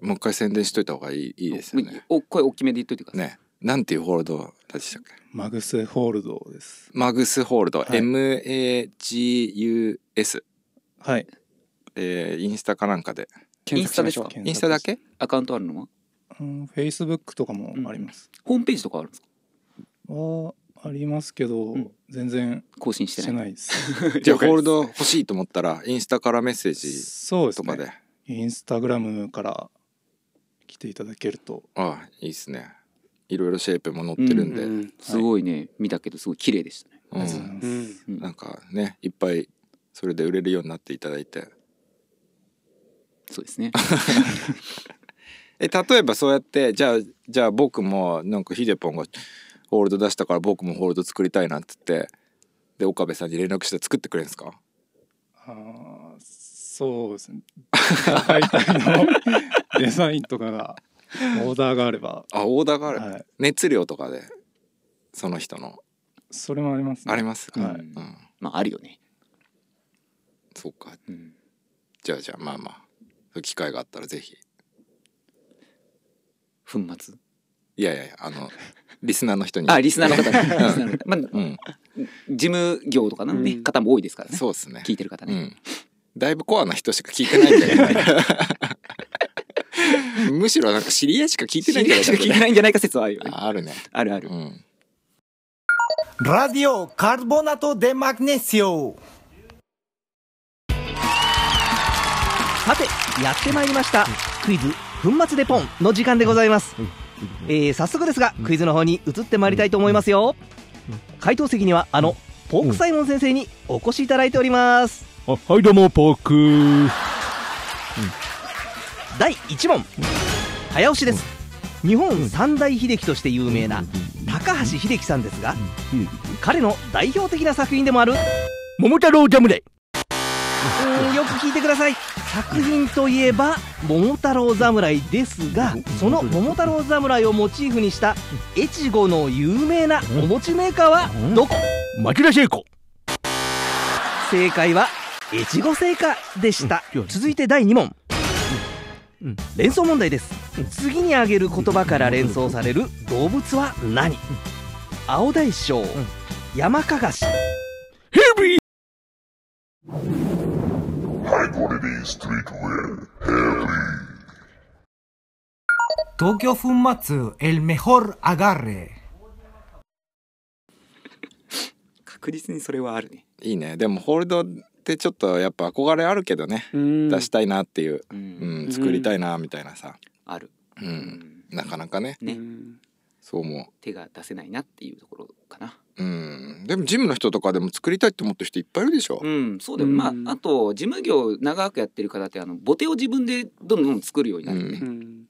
Speaker 2: もう一回宣伝しといた方がいいいいですよね
Speaker 3: お声大きめで言っといてください、
Speaker 2: ねなんていうホールドでしたっけ
Speaker 5: マグスホールドです
Speaker 2: マグスホールド、
Speaker 5: はい
Speaker 2: MAGUS、
Speaker 5: はい
Speaker 2: えーインスタかなんかで
Speaker 4: 検索しましょう
Speaker 5: 検索
Speaker 2: インスタだけ
Speaker 3: アカウントあるのは
Speaker 5: うんフェイスブックとかもあります、
Speaker 3: ホームページとかあるんですか
Speaker 5: はありますけど、
Speaker 3: うん
Speaker 5: 全然
Speaker 3: 更新し
Speaker 5: してて
Speaker 3: ない
Speaker 5: ないです
Speaker 2: じゃあホールド欲しいと思ったらインスタからメッセージ
Speaker 5: そうです
Speaker 2: とか
Speaker 5: ね
Speaker 2: で
Speaker 5: インスタグラムから来ていただけると
Speaker 2: あいいっすねいろいろシェイプも載ってるんで、
Speaker 4: うん
Speaker 3: すごいね見たけどすごい綺麗でしたね。
Speaker 2: うん
Speaker 4: うん
Speaker 3: うん
Speaker 2: なんかねいっぱいそれで売れるようになっていただいて
Speaker 3: そうですね。
Speaker 2: え例えばそうやってじゃあじゃあ僕もなんかヒデポンがホールド出したから僕もホールド作りたいなって言ってで岡部さんに連絡して作ってくれるんですか
Speaker 5: あーそうですね大体のデザインとかがオーダーがあれば、
Speaker 2: あオーダーがある、
Speaker 5: はい、
Speaker 2: 熱量とかでその人の
Speaker 5: それもありますね
Speaker 2: あります、
Speaker 5: はい
Speaker 2: うんうん、
Speaker 3: まああるよね。
Speaker 2: そうか
Speaker 3: うん
Speaker 2: じゃあじゃあまあまあそういう機会があったらぜひ
Speaker 3: 粉末。
Speaker 2: いやいやいや あのリスナーの人に
Speaker 3: あリスナーの方ね。リスナーの方まあ
Speaker 2: うん
Speaker 3: 事務業とかのね
Speaker 4: うん
Speaker 3: 方も多いですからね。
Speaker 2: そうですね
Speaker 3: 聞いてる方
Speaker 2: う
Speaker 3: ね。
Speaker 2: ん、だいぶコアな人しか聞いてないん だよねむしろなんか知り合いしか聞いてないんじゃない
Speaker 3: 知り合いしか聞いてないんじゃないか説はあるよね。
Speaker 2: ああるね
Speaker 3: あるある
Speaker 2: う。ん
Speaker 6: Radio Carbonato de Magnesio
Speaker 7: さてやってまいりましたクイズ粉末でポンの時間でございます、えー早速ですがクイズの方に移ってまいりたいと思いますよ回答席にはあのポークサイモン先生にお越しいただいております
Speaker 8: あはいどうもポーク
Speaker 7: 第1問早押しです日本三大秀樹として有名な高橋秀樹さんですが彼の代表的な作品でもある
Speaker 8: 桃太郎ジャムで
Speaker 7: うんよく聞いてください作品といえば「桃太郎侍」ですがその「桃太郎侍」をモチーフにした越後の有名なお餅メーカーはどこ
Speaker 8: 町田聖子
Speaker 7: 正解は越後製菓でした
Speaker 8: うん
Speaker 7: 続いて第2問
Speaker 8: うん
Speaker 7: 連想問題です次に挙げる言葉から連想される動物は何青大将山かがし
Speaker 8: ヘビー
Speaker 6: Tokyo Fumatsu, el mejor agarre
Speaker 3: 確実にそれはあるね。
Speaker 2: いいねでもホールドってちょっとやっぱ憧れあるけどね、
Speaker 4: うん
Speaker 2: 出したいなっていう、
Speaker 3: う。
Speaker 2: うんん作りたいなみたいなさ、
Speaker 3: ある。
Speaker 2: うん
Speaker 3: うん
Speaker 2: なかなかね
Speaker 3: ね
Speaker 4: うん
Speaker 2: そう思
Speaker 3: 手が出せないなっていうところかな。
Speaker 2: う、うん、でもジムの人とかでも作りたいって思ってる人いっぱいいるでしょ、
Speaker 3: うん、そうだよ、
Speaker 4: うん
Speaker 3: まああと事務業長くやってる方ってあのボテを自分でどんどん作るようになるよね、
Speaker 2: う
Speaker 4: うん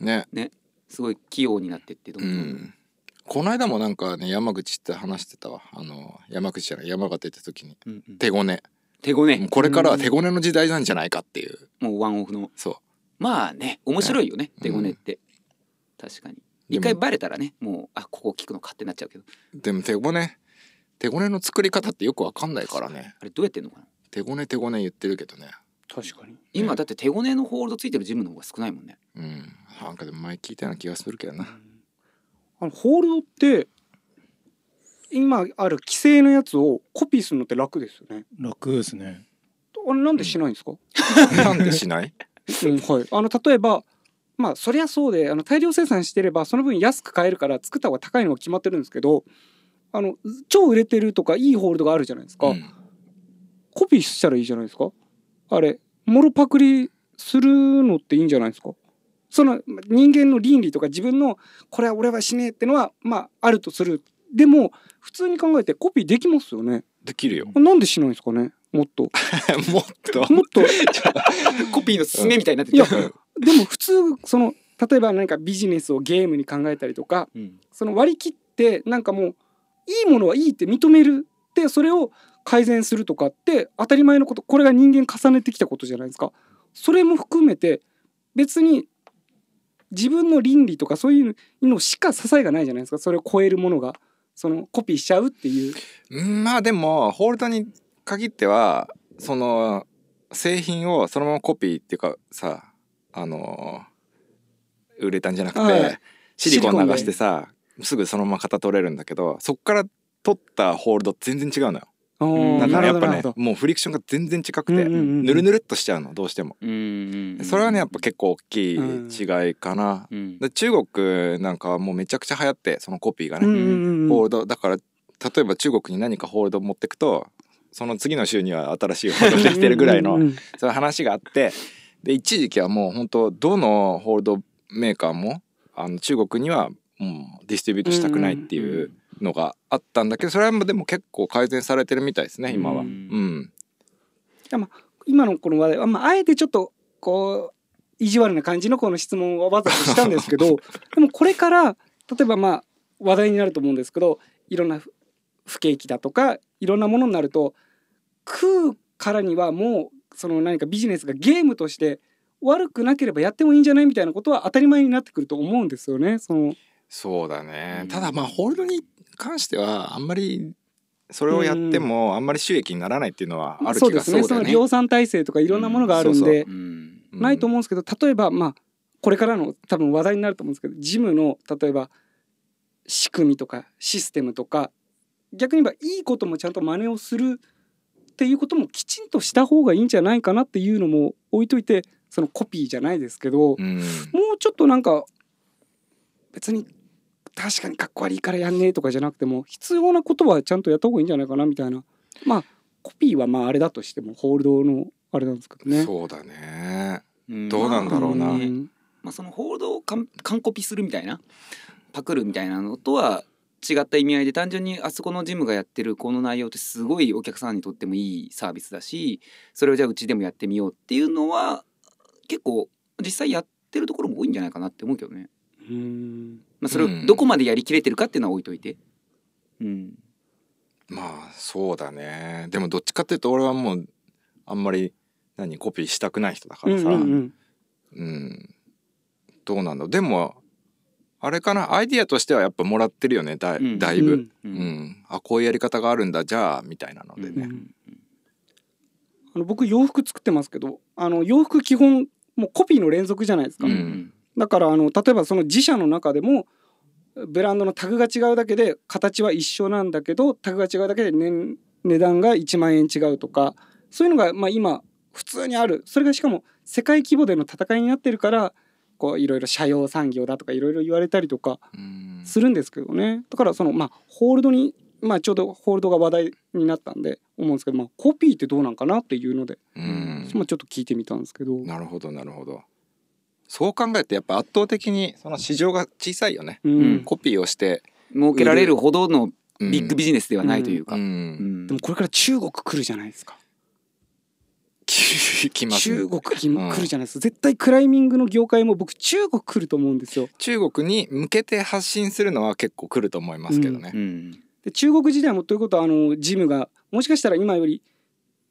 Speaker 2: ね
Speaker 3: すごい器用になってってどん
Speaker 2: う
Speaker 3: どん、
Speaker 2: んこの間もなんかね山口って話してたわあの山口じゃない山形行った時に
Speaker 3: うんうん
Speaker 2: 手ごね
Speaker 3: 手ご
Speaker 2: も
Speaker 3: ね
Speaker 2: うこれからは手ごねの時代なんじゃないかっていう
Speaker 3: もうワンオフの
Speaker 2: そ
Speaker 3: まあね面白いよね
Speaker 2: うん
Speaker 3: 手ごねって、確かに
Speaker 2: で
Speaker 3: 一
Speaker 2: も
Speaker 3: 回バレたらねもうあここ聞くのかってなっちゃうけど
Speaker 2: うでも手ごね手ごねの作り方ってよくわかんないからね
Speaker 3: あれどうやってんのかな
Speaker 2: 手ごね手ごね言ってるけどね
Speaker 4: 確かに
Speaker 3: 今だって手ごねのホールドついてるジムの方が少ないもんね
Speaker 2: うんなんかでも前聞いたような気がするけど な
Speaker 4: あのホールドって今ある規制のやつをコピーするのって楽ですよね
Speaker 5: 楽ですね
Speaker 4: あれなんでしないんですか、
Speaker 2: なんでしない
Speaker 4: うんはい、あの例えばまあそりゃそうであの大量生産してればその分安く買えるから作った方が高いのは決まってるんですけどあの超売れてるとかいいホールドがあるじゃないですか、
Speaker 2: うん
Speaker 4: コピーしたらいいじゃないですかあれもろパクリするのっていいんじゃないですかそのま人間の倫理とか自分のこれは俺はしねえってのはまああるとするでも普通に考えてコピーできますよね
Speaker 2: できるよ
Speaker 4: なんでしないんですかねもっと
Speaker 2: もっと
Speaker 4: もっと
Speaker 3: コピーのすすめみたいになって
Speaker 4: い
Speaker 3: る
Speaker 4: やでも普通その例えば何かビジネスをゲームに考えたりとか
Speaker 3: うん
Speaker 4: その割り切ってなんかもういいものはいいって認めるってそれを改善するとかって当たり前のことこれが人間重ねてきたことじゃないですかそれも含めて別に自分の倫理とかそういうのしか支えがないじゃないですかそれを超えるものがそのコピーしちゃうっていう
Speaker 2: うんまあでもホールドに限ってはその製品をそのままコピーっていうかさあのー売れたんじゃなくて、
Speaker 4: はい
Speaker 2: シリコン流
Speaker 4: シリコン
Speaker 2: し
Speaker 4: で
Speaker 2: てさすぐそのまま型取れるんだけどそっから取ったホールド全然違うのよ。
Speaker 4: あ
Speaker 3: うん
Speaker 4: ー
Speaker 2: だからやっぱ
Speaker 4: な
Speaker 2: ね
Speaker 4: るほど
Speaker 2: もうフリクションが全然違くて、
Speaker 4: うんうんうん
Speaker 2: ぬるぬるっとしちゃうのどうしても。
Speaker 3: うんうん
Speaker 2: それはねやっぱ結構大きい違いかな。
Speaker 3: うん
Speaker 2: で中国なんかはもうめちゃくちゃ流行ってそのコピーがね。
Speaker 4: うんうんうんうん
Speaker 2: ホールドだから例えば中国に何かホールド持ってくとその次の週には新しいホールドできてるぐらいの
Speaker 4: うんうんうん
Speaker 2: そういう話があってで一時期はもう本当どのホールドメーカーもあの中国にはもうディストリビュートしたくないっていうのがあったんだけどそれはもうでも結構改善されてるみたいですね今は。
Speaker 3: う
Speaker 2: うんん
Speaker 4: 今のこの話題は、まあ、あえてちょっとこう意地悪な感じのこの質問をわざとしたんですけ どでもこれから例えばまあ話題になると思うんですけどいろんなふ不景気だとかいろんなものになると食うからにはもうその何かビジネスがゲームとして悪くなければやってもいいんじゃないみたいなことは当たり前になってくると思うんですよね。その
Speaker 2: そうだね、ただまあホールドに関してはあんまりそれをやってもあんまり収益にならないっていうのはある
Speaker 4: そう
Speaker 2: 気
Speaker 4: で
Speaker 2: が
Speaker 4: す
Speaker 2: する
Speaker 4: ね
Speaker 2: んだ
Speaker 4: そ
Speaker 2: よ
Speaker 4: の
Speaker 2: ね。
Speaker 4: 量産体制とかいろんなものがあるんで、
Speaker 2: うんそうそう
Speaker 3: うん
Speaker 2: うん
Speaker 4: ないと思うんですけど例えばまあこれからの多分話題になると思うんですけどジムの例えば仕組みとかシステムとか逆に言えばいいこともちゃんと真似をするっていうこともきちんとした方がいいんじゃないかなっていうのも置いといてそのコピーじゃないですけど、も
Speaker 2: うん
Speaker 4: うちょっとなんか別に確かにかっこ悪いからやんねえとかじゃなくても必要なことはちゃんとやった方がいいんじゃないかなみたいなまあコピーはまああれだとしてもホールドのあれなんですけどね。
Speaker 2: そうだね。
Speaker 3: うん
Speaker 2: どうなんだろうな
Speaker 4: うん
Speaker 3: まあ、その報道を完完コピするみたいなパクるみたいなのとは違った意味合いで単純にあそこのジムがやってるこの内容ってすごいお客さんにとってもいいサービスだしそれをじゃあうちでもやってみようっていうのは結構実際やってるところも多いんじゃないかなって思うけどね、
Speaker 4: うん
Speaker 3: まあ、それ
Speaker 2: う
Speaker 3: を
Speaker 2: ん
Speaker 3: どこまでやりきれてるかっていうのは置いといて、うん、
Speaker 2: まあそうだねでもどっちかっていうと俺はもうあんまり何コピーしたくない人だからさ、
Speaker 4: うんうんうん
Speaker 2: うんどうなんだろうでもあれかなアイディアとしてはやっぱもらってるよねだ,、
Speaker 3: うん
Speaker 2: だいぶ、
Speaker 4: う
Speaker 2: うんん
Speaker 3: うん
Speaker 2: あこういうやり方があるんだじゃあみたいなので
Speaker 3: う
Speaker 2: ね、
Speaker 4: んあの僕洋服作ってますけどあの洋服基本もうコピーの連続じゃないですか、
Speaker 2: うん
Speaker 4: だからあの例えばその自社の中でもブランドのタグが違うだけで形は一緒なんだけどタグが違うだけで年値段が1万円違うとかそういうのがまあ今普通にあるそれがしかも世界規模での戦いになってるからこういろいろ社用産業だとかいろいろ言われたりとか
Speaker 2: うん
Speaker 4: するんですけどねだからそのまあホールドにまあちょうどホールドが話題になったんで思うんですけど、まあ、コピーってどうなんかなっていうので、
Speaker 2: うん
Speaker 4: まあ、ちょっと聞いてみたんですけど
Speaker 2: なるほどなるほどそう考えてやっぱ圧倒的にその市場が小さいよね、
Speaker 4: うん、
Speaker 3: ん
Speaker 2: コピーをして、
Speaker 3: 儲けられるほどのビッグビ
Speaker 2: ジ
Speaker 3: ジネスではないというか、
Speaker 2: う、
Speaker 3: うんん
Speaker 4: でもこれから中国来るじゃないですか
Speaker 2: ききますね
Speaker 4: 中国来
Speaker 2: うん
Speaker 4: 来るじゃないですか、絶対クライミングの業界も僕中国来ると思うんですよ
Speaker 2: 中国に向けて発信するのは結構来ると思いますけどね、
Speaker 3: うん
Speaker 4: で中国時代もということはあのジムがもしかしたら今より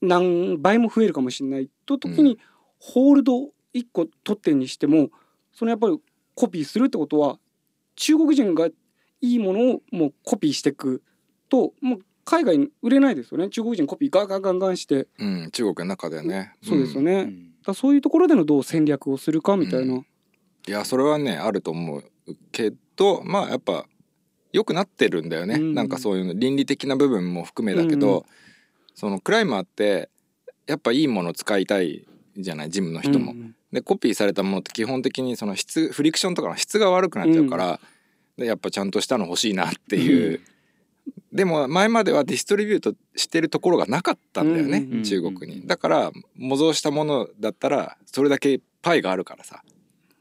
Speaker 4: 何倍も増えるかもしれないと時に、ホールド1個取ってにしてもそのやっぱりコピーするってことは中国人がいいものをもうコピーしていくともう海外に売れないですよね中国人コピーガンガンガンガンして
Speaker 2: うん中国の中ではね
Speaker 4: そうですよ
Speaker 2: ね、
Speaker 4: ね、
Speaker 3: う
Speaker 4: だか
Speaker 3: ん
Speaker 4: らそういうところでのどう戦略をするかみたいな、
Speaker 2: ういやそれはねあると思うけどまあやっぱ良くなってるんだよね、
Speaker 4: うん
Speaker 2: なんかそういうの倫理的な部分も含めだけど、
Speaker 4: う
Speaker 2: そのクライマーってやっぱいいもの使いたいじゃないジムの人も。
Speaker 4: うん
Speaker 2: でコピーされたものって基本的にその質フリクションとかの質が悪くなっちゃうから、でやっぱちゃんとしたの欲しいなっていう、でも前まではディストリビュートしてるところがなかったんだよね、
Speaker 4: うんうんうん
Speaker 2: 中国にだから模造したものだったらそれだけパイがあるからさ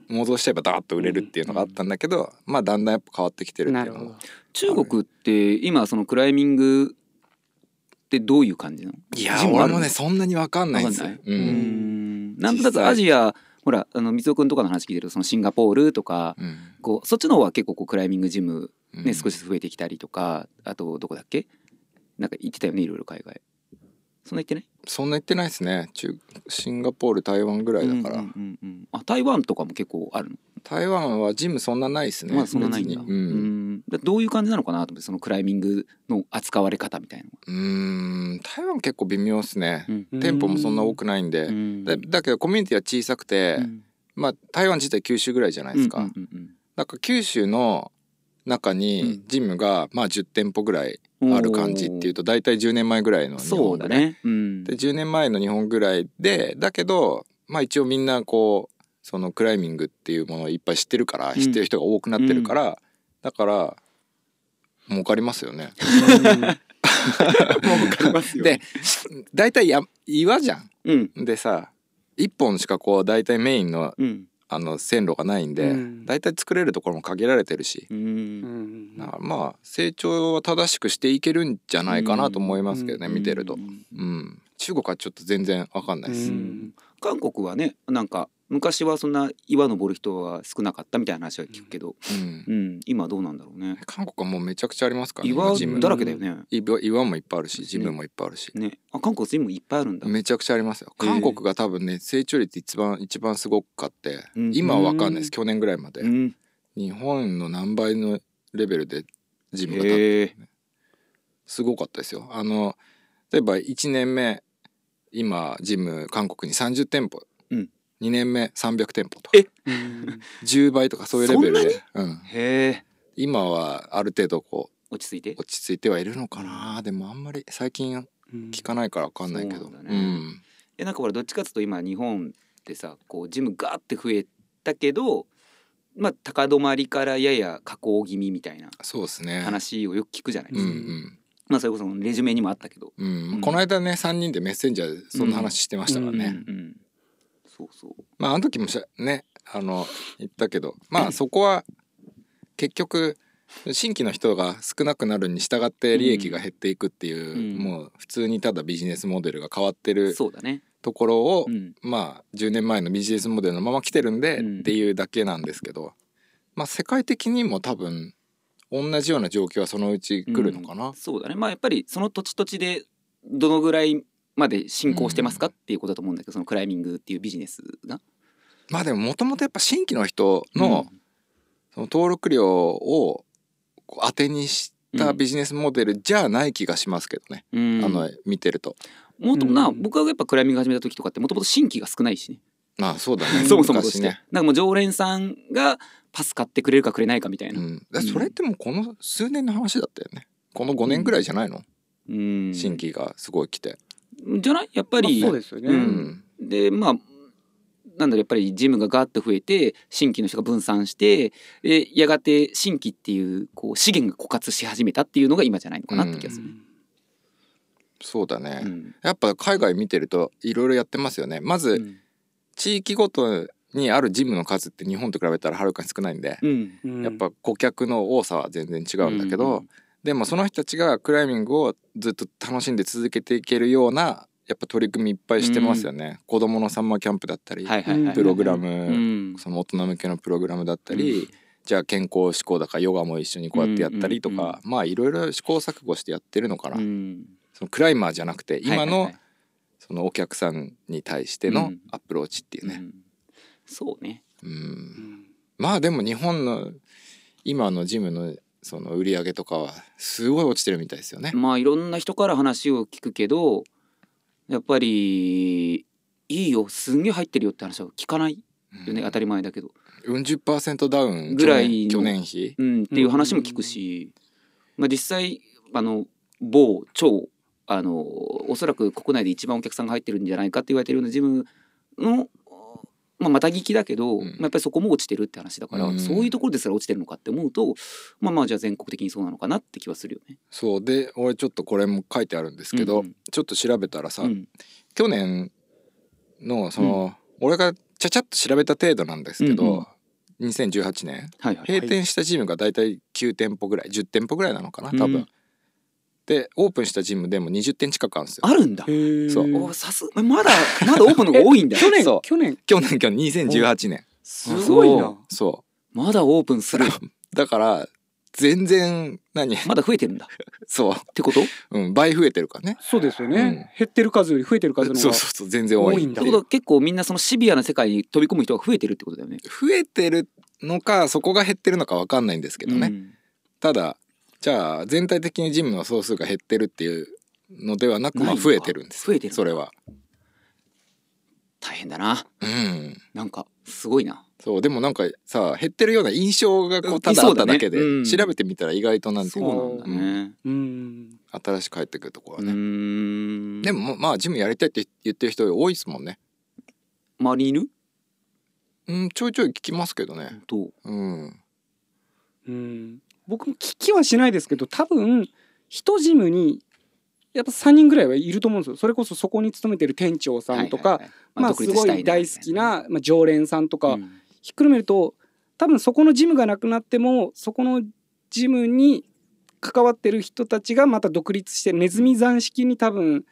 Speaker 2: 模造しちゃえばダーッと売れるっていうのがあったんだけど、まあだんだんやっぱ変わってきてるって
Speaker 4: ないる
Speaker 2: う
Speaker 4: ほ
Speaker 2: の
Speaker 4: ど
Speaker 2: が
Speaker 3: 中国って今そのクライミングってどういう感じなの
Speaker 2: いや
Speaker 3: ジムある
Speaker 2: 俺もねそんなに分かんないんですよ
Speaker 3: わか。
Speaker 2: う
Speaker 3: うんんなんとなくアジアほらあの光雄君とかの話聞いてるとそのシンガポールとか
Speaker 2: うん
Speaker 3: こうそっちの方は結構こうクライミングジム
Speaker 2: うん
Speaker 3: ね少し増えてきたりとかあとどこだっけなんか行ってたよねいろいろ海外そんな行ってない
Speaker 2: そんな言ってないですね中シンガポール台湾ぐらいだから、
Speaker 3: うんうんうんうんあ台湾とかも結構あるの
Speaker 2: 台湾はジムそんなないですね。
Speaker 3: まあそんなないんだ
Speaker 2: 別
Speaker 3: う
Speaker 2: にうん。
Speaker 3: んだどういう感じなのかなと思ってそのクライミングの扱われ方みたいなの
Speaker 2: うーん台湾結構微妙ですね。
Speaker 3: うん
Speaker 2: 店舗もそんな多くないんで。
Speaker 3: うん
Speaker 2: だだけどコミュニティは小さくて、
Speaker 3: うん
Speaker 2: まあ台湾自体九州ぐらいじゃないですか。
Speaker 3: うんうんうん
Speaker 2: なんか九州の中にジムがまあ10店舗ぐらい
Speaker 3: うん
Speaker 2: ある感じっていうと大体10年前ぐらいの日
Speaker 3: そ
Speaker 2: 本
Speaker 3: う
Speaker 2: ぐ
Speaker 3: だ
Speaker 2: らい
Speaker 3: ね。うん
Speaker 2: で10年前の日本ぐらいでだけどまあ一応みんなこうそのクライミングっていうものをいっぱい知ってるから、
Speaker 3: うん
Speaker 2: 知ってる人が多くなってるから、だから儲かりますよね。 儲かりますよ。で大体や岩じゃん。
Speaker 3: うん。
Speaker 2: でさ1本しかこう大体メインの
Speaker 3: うん。
Speaker 2: あの線路がないんで、
Speaker 4: うん
Speaker 2: だいたい作れるところも限られてるし、
Speaker 3: うん
Speaker 2: だからまあ成長は正しくしていけるんじゃないかなと思いますけどね、
Speaker 4: う
Speaker 2: 見てると、うん、中国はちょっと全然わかんないです、
Speaker 4: うん
Speaker 3: 韓国はねなんか昔はそんな岩登る人は少なかったみたいな話は聞くけど、
Speaker 2: うん
Speaker 3: うん、今どうなんだろうね
Speaker 2: 韓国はもうめちゃくちゃありますからね
Speaker 3: 岩
Speaker 2: ジム
Speaker 3: だらけだよね
Speaker 2: 岩岩もいっぱいあるしジムもいっぱいあるし、
Speaker 3: ねあ韓国ジムいっぱいあるんだ
Speaker 2: めちゃくちゃありますよ
Speaker 3: ええ
Speaker 2: 韓国が多分ね成長率一番一番すごくかって、
Speaker 3: うん
Speaker 2: 今はわかんないです去年ぐらいまで、
Speaker 3: うん
Speaker 2: 日本の何倍のレベルでジムが立って
Speaker 3: へえ
Speaker 2: すごかったですよあの例えば1年目今ジム韓国に30店舗、
Speaker 3: うん
Speaker 2: 2年目300店舗と
Speaker 3: え
Speaker 2: 10倍とかそういうレベルで、うん、
Speaker 3: へえ
Speaker 2: 今はある程度こ
Speaker 3: 落ち着いて
Speaker 2: う落ち着いてはいるのかなでもあんまり最近聞かないからわかんないけど
Speaker 3: そううなんんだねえなんかほらどっちかっていうと今日本ってさこうジムガーって増えたけどまあ高止まりからやや下降気味みたいな
Speaker 2: そうですね
Speaker 3: 話をよく聞くじゃないで
Speaker 2: うん
Speaker 3: す
Speaker 2: う
Speaker 3: か、
Speaker 2: ん
Speaker 3: まあそれこそレジュメにもあったけど
Speaker 2: うん
Speaker 3: うん
Speaker 2: この間ね3人でメッセンジャーでそんな話してましたからね、
Speaker 3: うんうん、そうそう
Speaker 2: まああの時もしゃねあの言ったけど まあそこは結局新規の人が少なくなるに従って利益が減っていくっていう、
Speaker 3: うん
Speaker 2: もう普通にただビジネスモデルが変わってる
Speaker 3: そうだね、
Speaker 2: ところを、
Speaker 3: うん、
Speaker 2: まあ10年前のビジネスモデルのまま来てるんで
Speaker 3: うん
Speaker 2: っていうだけなんですけど、まあ世界的にも多分同じような状況はそのうち来るのかな。
Speaker 3: そうだねまあやっぱりその土地土地でどのぐらいまで進行してますかっていうことだと思うんだけどそのクライミングっていうビジネスが。
Speaker 2: まあでももともとやっぱ新規の人の,、その登録料をこう当てにしたビジネスモデルじゃない気がしますけどね、
Speaker 3: うん、
Speaker 2: あの見てると。
Speaker 3: もともな、
Speaker 4: うん
Speaker 3: 僕がやっぱクライミング始めた時とかってもともと新規が少ないしね、
Speaker 2: ま あそうだね
Speaker 3: そもそもとし
Speaker 2: 昔
Speaker 3: て、
Speaker 2: ね。
Speaker 3: なんかもう常連さんがパス買ってくれるかくれないかみたいうな、
Speaker 2: ん、だからそれってもうこの数年の話だったよね。この5年ぐらいじゃないの、
Speaker 3: うん、
Speaker 2: 新規がすごい来て。
Speaker 3: じゃないやっぱり、
Speaker 4: まあそうですよね、
Speaker 3: う
Speaker 2: うん
Speaker 3: でまあなんだろうやっぱりジムがガーッと増えて新規の人が分散してでやがて新規っていうこう資源が枯渇し始めたっていうのが今じゃないのかなって気がする。
Speaker 2: そうだね、
Speaker 3: うん
Speaker 2: やっぱ海外見てるといろいろやってますよね。まず地域ごとにあるジムの数って日本と比べたらはるかに少ないんで、
Speaker 3: うん
Speaker 4: うん
Speaker 2: やっぱ顧客の多さは全然違うんだけど、でもその人たちがクライミングをずっと楽しんで続けていけるようなやっぱ取り組みいっぱいしてますよね、子どものサンマーキャンプだったり、
Speaker 3: はいはいはい、
Speaker 2: プログラ
Speaker 3: う
Speaker 2: ム、
Speaker 3: ん、
Speaker 2: その大人向けのプログラムだったり、じゃあ健康志向だからヨガも一緒にこうやってやったりとか、
Speaker 3: うんうんうん
Speaker 2: まあいろいろ試行錯誤してやってるのかな、
Speaker 3: うん
Speaker 2: そのクライマーじゃなくて今
Speaker 3: はい
Speaker 2: の
Speaker 3: はいは
Speaker 2: そのお客さんに対して
Speaker 3: う
Speaker 2: の
Speaker 3: ん
Speaker 2: アプローチっていう
Speaker 3: い
Speaker 2: ね、
Speaker 3: うんそうね
Speaker 2: うんまあでも日本の今のジムのその売り上げとかはすごい落ちてるみたいですよね。
Speaker 3: まあいろんな人から話を聞くけどやっぱりいいよすんげえ入ってるよって話は聞かないよね、当たり前だけど、
Speaker 2: うん、40%ダウン
Speaker 3: ぐらいの
Speaker 2: 去年去年比。
Speaker 3: うん、っていう話も聞くし、まあ、実際あの某超あのおそらく国内で一番お客さんが入ってるんじゃないかって言われてるようなジムの、まあ、また聞きだけ
Speaker 2: う
Speaker 3: ど、
Speaker 2: ん
Speaker 3: まあ、やっぱりそこも落ちてるって話だから、
Speaker 2: うん
Speaker 3: そういうところですら落ちてるのかって思うとまあまあじゃあ全国的にそうなのかなって気はするよね。
Speaker 2: そうで俺ちょっとこれも書いてあるんですけど、
Speaker 3: うんうん
Speaker 2: ちょっと調べたらさ、
Speaker 3: うん
Speaker 2: 去年のその、俺がちゃちゃっと調べた程度なんですけど、2018年
Speaker 3: はいはい
Speaker 2: 閉店したジムが大体9店舗ぐらい10店舗ぐらいなのかな多分。
Speaker 3: うん
Speaker 2: でオープンしたジムでも20店近くあるんですよ。
Speaker 3: あるんだ
Speaker 2: そう
Speaker 3: おさすまだまだオープンのが多いんだ
Speaker 2: 去年
Speaker 3: そう
Speaker 4: 去年
Speaker 2: 去年去年2018年
Speaker 4: すごいな
Speaker 2: そ
Speaker 3: まだオープンする
Speaker 2: うだから全然 何
Speaker 3: まだ増えてるんだっ
Speaker 2: そう、
Speaker 3: てこと
Speaker 2: うん、倍増えてるからね
Speaker 4: そうですよね、
Speaker 2: うん
Speaker 4: 減ってる数より増えてる数
Speaker 2: そう
Speaker 4: の
Speaker 2: そ
Speaker 4: 方
Speaker 2: う
Speaker 4: が
Speaker 2: そう全然多い
Speaker 4: 多いん
Speaker 3: っ
Speaker 4: だ
Speaker 3: てことは結構みんなそのシビアな世界に飛び込む人が増えてるってことだよね。
Speaker 2: 増えてるのかそこが減ってるのか分かんないんですけどね、
Speaker 3: うん
Speaker 2: ただじゃあ全体的にジムの総数が減ってるっていうのではなく
Speaker 3: ない
Speaker 2: まあ
Speaker 3: のか
Speaker 2: 増えてるんですよ
Speaker 3: 増えてる
Speaker 2: それは
Speaker 3: 大変だな
Speaker 2: うん
Speaker 3: なんかすごいな
Speaker 2: そうでもなんかさ減ってるような印象がこ
Speaker 3: うん
Speaker 2: うただあっただけで
Speaker 3: そうだねうん
Speaker 2: 調べてみたら意外となんていうの
Speaker 3: そうなんだね
Speaker 4: うん
Speaker 2: 新しく入ってくるところ
Speaker 3: う
Speaker 2: はね、
Speaker 3: ん
Speaker 2: でもまあジムやりたいって言ってる人多いですもんね
Speaker 3: 周りにいる
Speaker 2: うんちょいちょい聞きますけどね
Speaker 3: どう
Speaker 2: うん
Speaker 4: うん僕も聞きはしないですけど多分一ジムにやっぱ3人ぐらいはいると思うんですよそれこそそこに勤めてる店長さんとか、
Speaker 3: はいはいはい
Speaker 4: まあすごい大好きな、まあ、常連さんとか、
Speaker 3: うん
Speaker 4: ひっくるめると多分そこのジムがなくなってもそこのジムに関わってる人たちがまた独立してネズミ山式に多分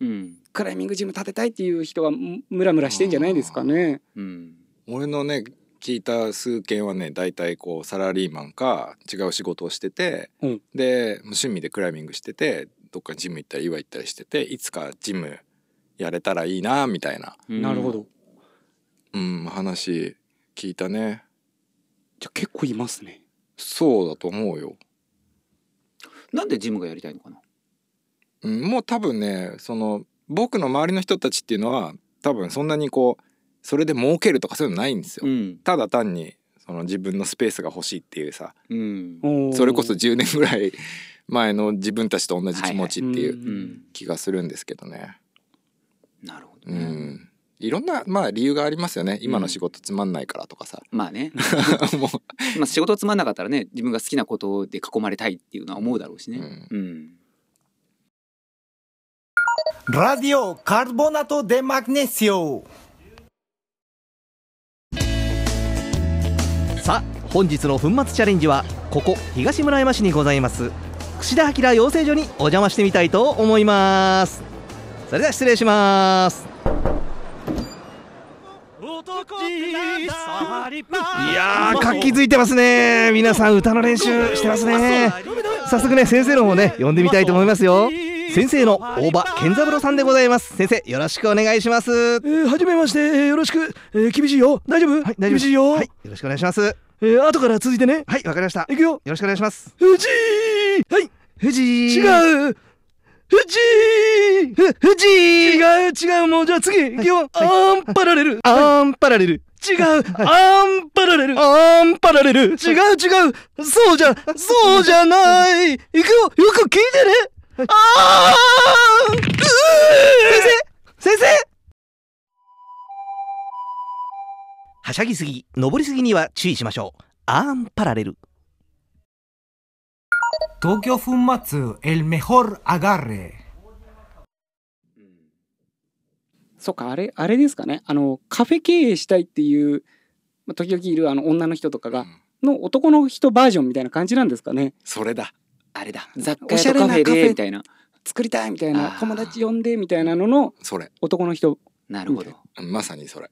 Speaker 3: うん
Speaker 4: クライミングジム建てたいっていう人がむムラムラしてんじゃないですかね。
Speaker 3: うん
Speaker 2: 俺のね聞いた数件はね大体こうサラリーマンか違う仕事をしてて、
Speaker 4: うん
Speaker 2: で趣味でクライミングしててどっかジム行ったり岩行ったりしてていつかジムやれたらいいなみたいな、
Speaker 3: なるほど
Speaker 2: うん、話聞いたね
Speaker 4: じゃあ結構いますね。
Speaker 2: そうだと思うよ、
Speaker 3: なんでジムがやりたいのかな
Speaker 2: うん、もう多分ねその僕の周りの人たちっていうのは多分そんなにこうそれで儲けるとかそういうのないんですよ、
Speaker 3: ん
Speaker 2: ただ単にその自分のスペースが欲しいっていうさ
Speaker 3: うん
Speaker 2: それこそ10年ぐらい前の自分たちと同じ気持ちっていう
Speaker 3: う
Speaker 4: うんん
Speaker 2: 気がするんですけどね。
Speaker 3: なるほど
Speaker 2: う
Speaker 3: ね
Speaker 2: ん。いろんなまあ理由がありますよね。今の仕事つまんないからとかさ。
Speaker 3: まあね
Speaker 2: も
Speaker 3: まあ仕事つまんなかったらね自分が好きなことで囲まれたいっていうのは思うだろうし
Speaker 2: う、う
Speaker 3: ね
Speaker 2: ん、
Speaker 3: うん
Speaker 6: ラディオカルボナトデマグネシオ
Speaker 7: さあ本日の粉末チャレンジはここ東村山市にございます櫛田明養成所にお邪魔してみたいと思いますそれでは失礼しますいやー活気づいてますね皆さん歌の練習してますね早速ね先生の方ね呼んでみたいと思いますよ先生の大場健三郎さんでございます先生よろしくお願いします
Speaker 8: えー、はじめまして、えーよろしく、えー、厳しいよ大丈夫、
Speaker 7: はい大丈夫で
Speaker 8: 厳
Speaker 7: す
Speaker 8: しいよ、
Speaker 7: はいよろしくお願いします
Speaker 8: えー、後から続いてね
Speaker 7: はいわかりました
Speaker 8: いくよ
Speaker 7: よろしくお願いします
Speaker 8: 藤井はい
Speaker 7: 藤井
Speaker 8: 違う藤井
Speaker 7: ふ藤井
Speaker 8: 違う違うもうじゃあ次いくよ、アンパラレル
Speaker 7: アンパラレル
Speaker 8: 違う、アンパラレルアンパラレル違う違うそうじゃそうじゃないいくよよく聞いてねあーうー
Speaker 7: 先生はしゃぎすぎ登りすぎには注意しましょうアーンパラレル
Speaker 6: 東京粉末 el mejor agarre
Speaker 4: そうかあれあれですかねあのカフェ経営したいっていう、まあ、時々いるあの女の人とかが、の男の人バージョンみたいな感じなんですかね。
Speaker 2: それだ。
Speaker 3: あれだ雑貨
Speaker 4: おし
Speaker 3: 屋
Speaker 4: ゃ
Speaker 3: と
Speaker 4: れな
Speaker 3: カフェ
Speaker 4: カフ
Speaker 3: で
Speaker 4: ェ
Speaker 3: みたいな
Speaker 4: 作りたいみたい
Speaker 3: あ
Speaker 4: な
Speaker 3: ー
Speaker 4: 友達呼んでみたいなのの
Speaker 2: それ。
Speaker 4: 男の人
Speaker 3: なるほど
Speaker 2: うんまさにそれ。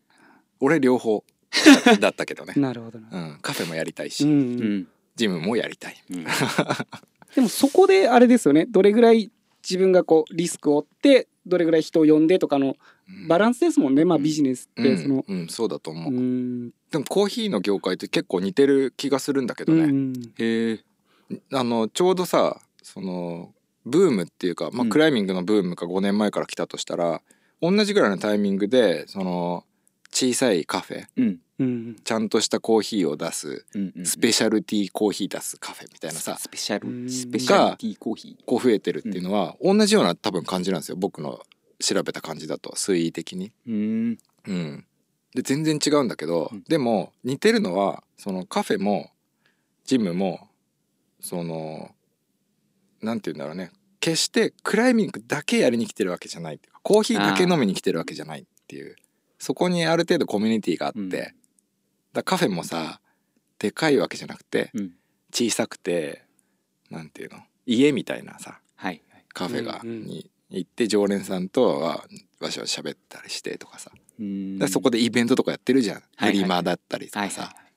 Speaker 2: 俺両方だったけどね。
Speaker 4: なるほどな、
Speaker 2: うん。カフェもやりたいうし、
Speaker 4: ん
Speaker 3: うん
Speaker 2: ジムもやりたい。
Speaker 3: うん
Speaker 4: でもそこであれですよねどれぐらい自分がこうリスクを負ってどれぐらい人を呼んでとかの
Speaker 2: うん
Speaker 4: バランスですもんね、まあビジネスっ
Speaker 2: う
Speaker 4: てそ
Speaker 2: ん
Speaker 4: の、
Speaker 2: うん、そうだと
Speaker 4: う
Speaker 2: 思う、
Speaker 4: ーん
Speaker 2: でもコーヒーの業界って結構似てる気がするんだけどね、
Speaker 4: うん
Speaker 3: へえ
Speaker 2: あのちょうどさそのブームっていうか、ま
Speaker 3: う
Speaker 2: あ、
Speaker 3: ん
Speaker 2: クライミングのブームが5年前から来たとしたら、同じぐらいのタイミングでその小さいカフェ
Speaker 3: うん
Speaker 4: うん
Speaker 2: ちゃんとしたコーヒーを出す
Speaker 3: うんうん
Speaker 2: スペシャルティーコーヒー出すカフェみたいなさ
Speaker 3: スペシャ
Speaker 4: う
Speaker 3: ル
Speaker 4: ん
Speaker 3: スペシャルティーコーヒ
Speaker 2: こう増えてるっていうのは同じような多分感じなんですよ僕の調べた感じだと推移的に。
Speaker 3: ーうん
Speaker 2: うん、で全然違うんだけど、
Speaker 3: うん
Speaker 2: でも似てるのはそのカフェもジムもそのなんて言うんだろうね決してクライミングだけやりに来てるわけじゃないっていうかコーヒーだけ飲みに来てるわけじゃないっていうそこにある程度コミュニティがあって、
Speaker 3: うん
Speaker 2: だからカフェもさでかいわけじゃなくて
Speaker 3: うん
Speaker 2: 小さくてなんていうの家みたいなさ
Speaker 3: はい
Speaker 2: カフェが、
Speaker 4: うんうん
Speaker 2: に行って常連さんとはわしゃわしゃ喋ったりしてとかさ
Speaker 3: うん
Speaker 2: だからそこでイベントとかやってるじゃん、
Speaker 3: はいはい
Speaker 2: フリマだったりと
Speaker 3: はい
Speaker 2: か
Speaker 3: は
Speaker 2: さ、
Speaker 3: いはい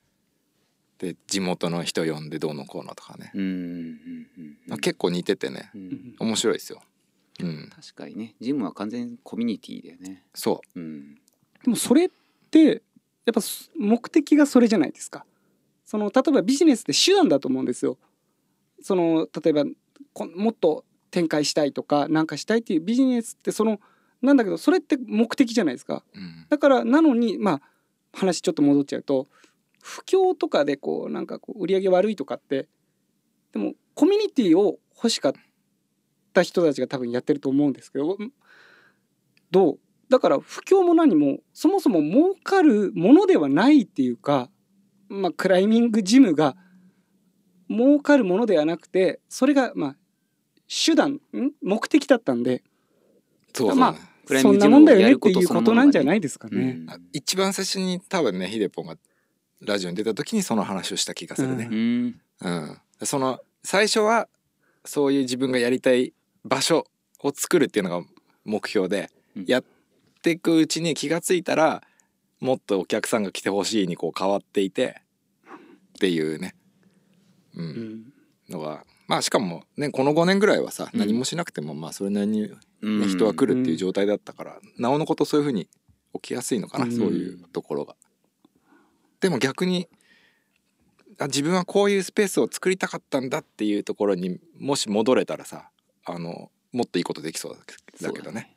Speaker 2: で地元の人呼んでどうのこうのとかね、
Speaker 3: うんうんうんうん
Speaker 2: 結構似ててね
Speaker 3: うん
Speaker 2: 面白いですようん
Speaker 3: 確かにねジムは完全にコミュニティだよね
Speaker 2: そ
Speaker 3: うん
Speaker 4: でもそれってやっぱす目的がそれじゃないですかその例えばビジネスって手段だと思うんですよその例えばこもっと展開したいとかなんかしたいっていうビジネスってそのなんだけどそれって目的じゃないですか
Speaker 2: う、うん
Speaker 4: だからなのにまあ話ちょっと戻っちゃうと不況とかでこうなんかこう売り上げ悪いとかってでもコミュニティを欲しかった人たちが多分やってると思うんですけどんどうだから不況も何もそもそも儲かるものではないっていうか、まあ、クライミングジムが儲かるものではなくてそれがまあ手段ん目的だったんで
Speaker 2: そうだね、
Speaker 4: まあ
Speaker 3: クライ
Speaker 4: そ
Speaker 3: ミ
Speaker 4: ん
Speaker 3: ングジ
Speaker 4: な
Speaker 3: ム
Speaker 4: もんだ
Speaker 3: を
Speaker 4: よ
Speaker 3: や
Speaker 4: ねって
Speaker 3: ること
Speaker 4: いう
Speaker 3: その
Speaker 4: こ
Speaker 3: も
Speaker 4: と
Speaker 3: のが
Speaker 4: な
Speaker 3: ね
Speaker 4: んじゃないですかね。
Speaker 3: うん
Speaker 2: 一番最初に多分ねヒデポンがラジオに出た時にその話をした気がするね
Speaker 3: う。ん
Speaker 2: うん、その最初はそういう自分がやりたい場所を作るっていうのが目標で、
Speaker 3: うん
Speaker 2: やっていくうちに気がついたらもっとお客さんが来てほしいにこう変わっていてっていうね、うん
Speaker 4: うん
Speaker 2: のがまあしかもねこの5年ぐらいはさ、
Speaker 3: うん
Speaker 2: 何もしなくてもまあそれなりにね、
Speaker 3: うん
Speaker 2: 人は来るっていう状態だったから、なおのことそういうふうに起きやすいのかな、
Speaker 4: うん
Speaker 2: そういうところが。でも逆にあ自分はこういうスペースを作りたかったんだっていうところにもし戻れたらさあのもっといいことできそうだけだけどね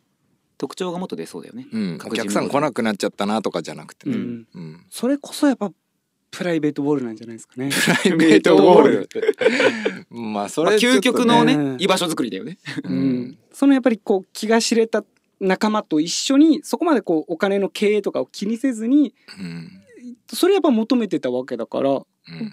Speaker 3: 特徴がもっと出そうだよね
Speaker 2: うん、お
Speaker 3: 確実に
Speaker 2: 客さん来なくなっちゃったなとかじゃなくてね、
Speaker 4: う
Speaker 2: うん
Speaker 4: ん それこそやっぱプライベートボールなんじゃないですかね。
Speaker 2: プライベートボールってまあそ
Speaker 3: まあ
Speaker 2: れちょっと、
Speaker 3: 究極の
Speaker 4: う
Speaker 3: ね
Speaker 4: ん
Speaker 3: 居場所作りだよね
Speaker 2: う
Speaker 4: うんん、そのやっぱりこう気が知れた仲間と一緒にそこまでこうお金の経営とかを気にせずに
Speaker 2: うん
Speaker 4: それやっぱ求めてたわけだから
Speaker 2: うん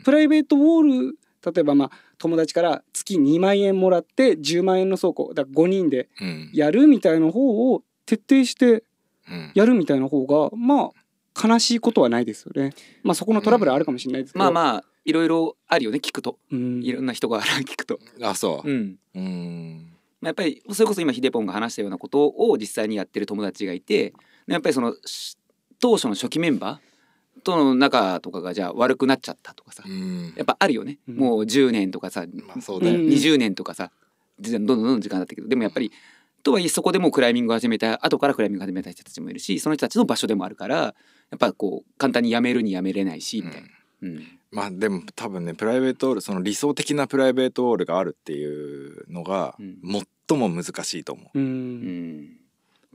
Speaker 4: プライベートウォール例えばまあ友達から月2万円もらって10万円の倉庫だから5人で
Speaker 2: うん
Speaker 4: やるみたいな方を徹底して
Speaker 2: うん
Speaker 4: やるみたいな方がまあ悲しいことはないですよね。まあそこのトラブルはあるかもしれないですけど、
Speaker 3: まあまあいろいろあるよね聞くと
Speaker 4: うん
Speaker 3: いろんな人から 聞くと
Speaker 2: あそうう、
Speaker 3: ん
Speaker 2: うん
Speaker 3: まあやっぱりそれこそ今ヒデポンが話したようなことを実際にやってる友達がいてやっぱりそのし当初の初期メンバーとの仲とかがじゃあ悪くなっちゃったとかさ
Speaker 2: うん
Speaker 3: やっぱあるよね、
Speaker 4: うん
Speaker 3: もう10年とかさ、
Speaker 2: まあそうだよね、
Speaker 4: うん
Speaker 3: 20年とかさどんどんどんどん時間だったけどでもやっぱりとはいえそこでもうクライミングを始めた後からクライミングを始めた人たちもいるしその人たちの場所でもあるからやっぱこう簡単にやめるにやめれないしみたいな。うん
Speaker 2: まあでも多分ねプライベートオールその理想的なプライベートオールがあるっていうのが
Speaker 3: うん
Speaker 2: 最も難しいと思
Speaker 4: う
Speaker 3: うんん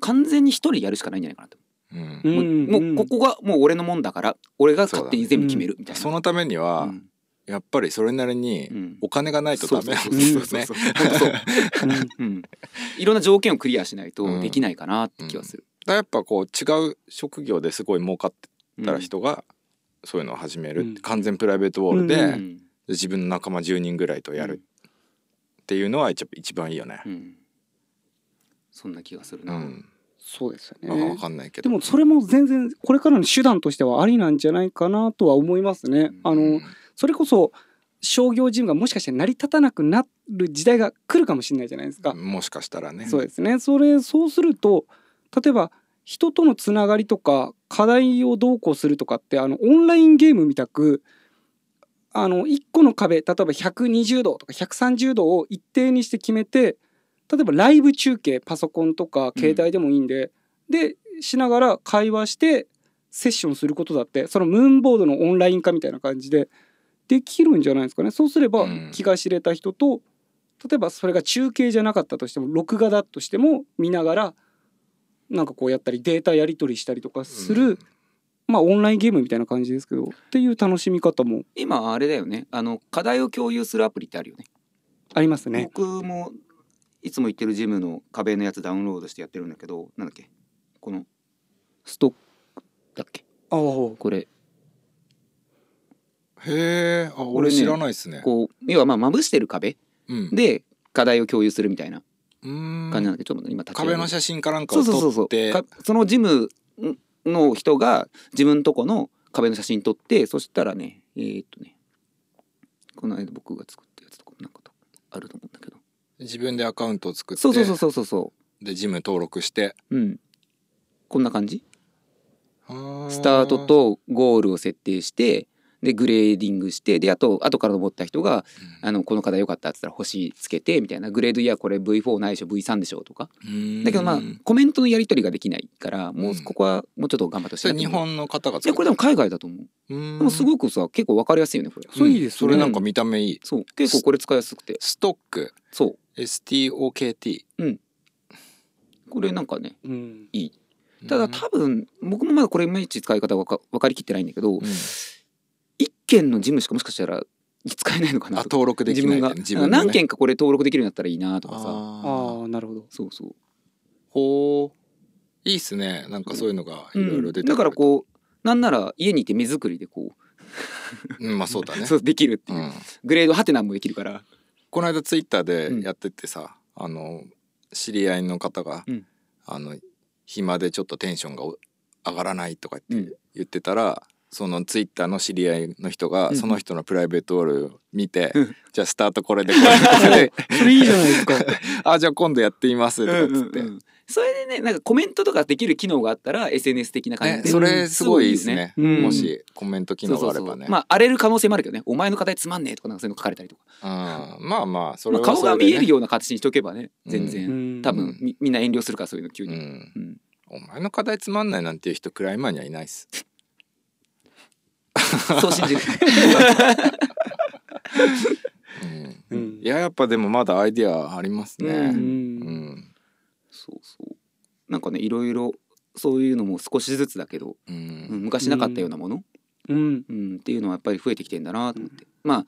Speaker 3: 完全に一人でやるしかないんじゃないかなと、
Speaker 2: う。うん
Speaker 4: うん
Speaker 3: もうもう
Speaker 4: うん
Speaker 3: ここがもう俺のもんだから俺が勝手に全部決めるみたいな。
Speaker 2: そのためには、
Speaker 3: うん
Speaker 2: やっぱりそれなりに
Speaker 3: うん
Speaker 2: お金がないとダメなん
Speaker 3: そう
Speaker 2: で
Speaker 3: そう
Speaker 2: すよね
Speaker 3: そう。そうそうそう
Speaker 4: うん
Speaker 3: うんいろんな条件をクリアしないとできないかなって気はする。
Speaker 2: だからやっぱこう違う職業ですごい儲かってたら
Speaker 3: うん
Speaker 2: 人がそういうのを始める、
Speaker 4: うん
Speaker 2: 完全プライベートボールで、
Speaker 4: う
Speaker 3: うん
Speaker 2: 自分の仲間10人ぐらいとやるっていうのは一一番いいよね
Speaker 3: う。ん、そんな気がする
Speaker 2: う
Speaker 3: な、
Speaker 2: ん、
Speaker 4: そうですよ
Speaker 2: まあわ
Speaker 4: ね。
Speaker 2: かんないけ
Speaker 4: で
Speaker 2: ど。
Speaker 4: もそれも全然これからの手段としてはありなんじゃないかなとは思いますね。あ
Speaker 2: う
Speaker 4: の
Speaker 2: ん
Speaker 4: それこそ商業ジムがもしかして成り立たなくなる時代が来るかもしれないじゃないですか。
Speaker 2: もしかしたらね。
Speaker 4: そうですね。それそうすると例えば人とのつながりとか課題をどうこうするとかってあのオンラインゲームみたくあの1個の壁例えば120度とか130度を一定にして決めて例えばライブ中継パソコンとか携帯でもいいんで、でしながら会話してセッションすることだってそのムーンボードのオンライン化みたいな感じでできるんじゃないですかねそうすれば
Speaker 2: うん
Speaker 4: 気が知れた人と、例えばそれが中継じゃなかったとしても録画だとしても見ながらなんかこうやったりデータやり取りしたりとかする、
Speaker 2: うん
Speaker 4: まあオンラインゲームみたいな感じですけどっていう楽しみ方も
Speaker 3: 今あれだよねあの課題を共有するアプリってあるよね
Speaker 4: ありますね。
Speaker 3: 僕もいつも行ってるジムの壁のやつダウンロードしてやってるんだけどなんだっけこのストックだっけ
Speaker 4: ああ
Speaker 3: これ
Speaker 2: へえ、あ
Speaker 3: 俺
Speaker 2: 俺
Speaker 3: ね
Speaker 2: 知らないですね。
Speaker 3: こう要はまあまぶしてる壁
Speaker 2: うん
Speaker 3: で課題を共有するみたいな
Speaker 2: うーん
Speaker 3: 感じなんだけど、ちょっと今立ち上げ
Speaker 2: 壁の写真かなんか
Speaker 3: そ
Speaker 2: を
Speaker 3: うそうそ
Speaker 2: 撮
Speaker 3: うそ
Speaker 2: っ
Speaker 3: う
Speaker 2: て
Speaker 3: かそのジムの人が自分とこの壁の写真撮ってそしたらねえーっとねこの間僕が作ったやつとかもなんかとあると思うんだけど
Speaker 2: 自分でアカウントを作って
Speaker 3: そうそうそうそうそうそ
Speaker 2: でジム登録して
Speaker 3: ううんこんな感じス
Speaker 2: ス
Speaker 3: タートとゴールを設定してでグレーディングしてであと後から登った人が「あのこの課題良かった」っつったら星つけてみたいなグレードいやこれ V4 ないでしょ V3 でしょとかだけどまあコメントのやり取りができないからもうここはもうちょっと頑張ってほし
Speaker 2: そ
Speaker 3: いな
Speaker 2: れ
Speaker 3: と
Speaker 2: 日
Speaker 3: 思う
Speaker 2: 本の方が
Speaker 3: いやこれでも海外だと思う。
Speaker 2: うーん
Speaker 3: でもすごくさ結構わかりやすいよねこれ。
Speaker 4: そういいです
Speaker 2: そ
Speaker 4: ね
Speaker 2: れなんか見た目いい
Speaker 3: そう結構これ使いやすくて
Speaker 2: ストック
Speaker 3: そ
Speaker 2: STOKT
Speaker 3: うこれなんかね
Speaker 4: うん
Speaker 3: ただ多分僕もまだこれいまいち使い方わかわかりきってないんだけど
Speaker 2: うん
Speaker 3: 一件のジムしかもしかしたら使えないのか
Speaker 2: あ
Speaker 3: なとか
Speaker 2: 登録できないんだね
Speaker 3: 自分が何
Speaker 2: ね
Speaker 3: 件かこれ登録できるようになったらいいなとかさ
Speaker 2: あー
Speaker 4: ああなるほど。
Speaker 3: そうそう
Speaker 2: ほういいっすねなんかそういうのがいろいろ出てくると
Speaker 3: だからこうなんなら家にいて目作りでこ
Speaker 2: うんまあそうだ
Speaker 3: う,、
Speaker 2: ね
Speaker 3: そうできるっていう、
Speaker 2: うん
Speaker 3: グレードハテナもできるから
Speaker 2: この間ツイッターでやっててさ、あの知り合いの方が、
Speaker 3: うん
Speaker 2: あの暇でちょっとテンションがお上がらないとかって
Speaker 3: うん
Speaker 2: 言ってたら、そのツイッターの知り合いの人が、
Speaker 3: うん
Speaker 2: その人のプライベートオールを見て、
Speaker 3: うん
Speaker 2: じゃあスタートこれでこれで
Speaker 4: それいいじゃないですか。
Speaker 2: あじゃあ今度やってみますとかっつって、
Speaker 3: うんうんうんそれでねなんかコメントとかできる機能があったら SNS 的な感
Speaker 2: ね
Speaker 3: じで、
Speaker 2: それすごいですね、
Speaker 4: うんうん
Speaker 2: もしコメント機能があればね
Speaker 3: まあ荒れる可能性もあるけどね「お前の課題つまんねえ」とかなんかそういうの書かれたりとか、
Speaker 2: うん、まあまあそれ
Speaker 3: まあ
Speaker 2: は
Speaker 3: 顔
Speaker 2: それ
Speaker 3: が
Speaker 2: で
Speaker 3: 見える
Speaker 2: ね
Speaker 3: ような形にしとけばね全
Speaker 4: う
Speaker 3: 然、
Speaker 4: ん
Speaker 3: 多分みみんな遠慮するからそういうの急
Speaker 2: う
Speaker 3: に、
Speaker 2: ん
Speaker 3: うん
Speaker 2: お前の課題つまんないなんていう人クライマーにはいないっす
Speaker 3: そう 信じる
Speaker 2: うん
Speaker 4: うん
Speaker 2: いややっぱでもまだアイディアありますね。
Speaker 3: う
Speaker 2: うんん
Speaker 3: そうそうなんかねいろいろそういうのも少しずつだけど、
Speaker 2: う
Speaker 3: うんん、昔なかったようなもの、
Speaker 4: うん
Speaker 3: うん、っていうのはやっぱり増えてきてんだなと思って、まあ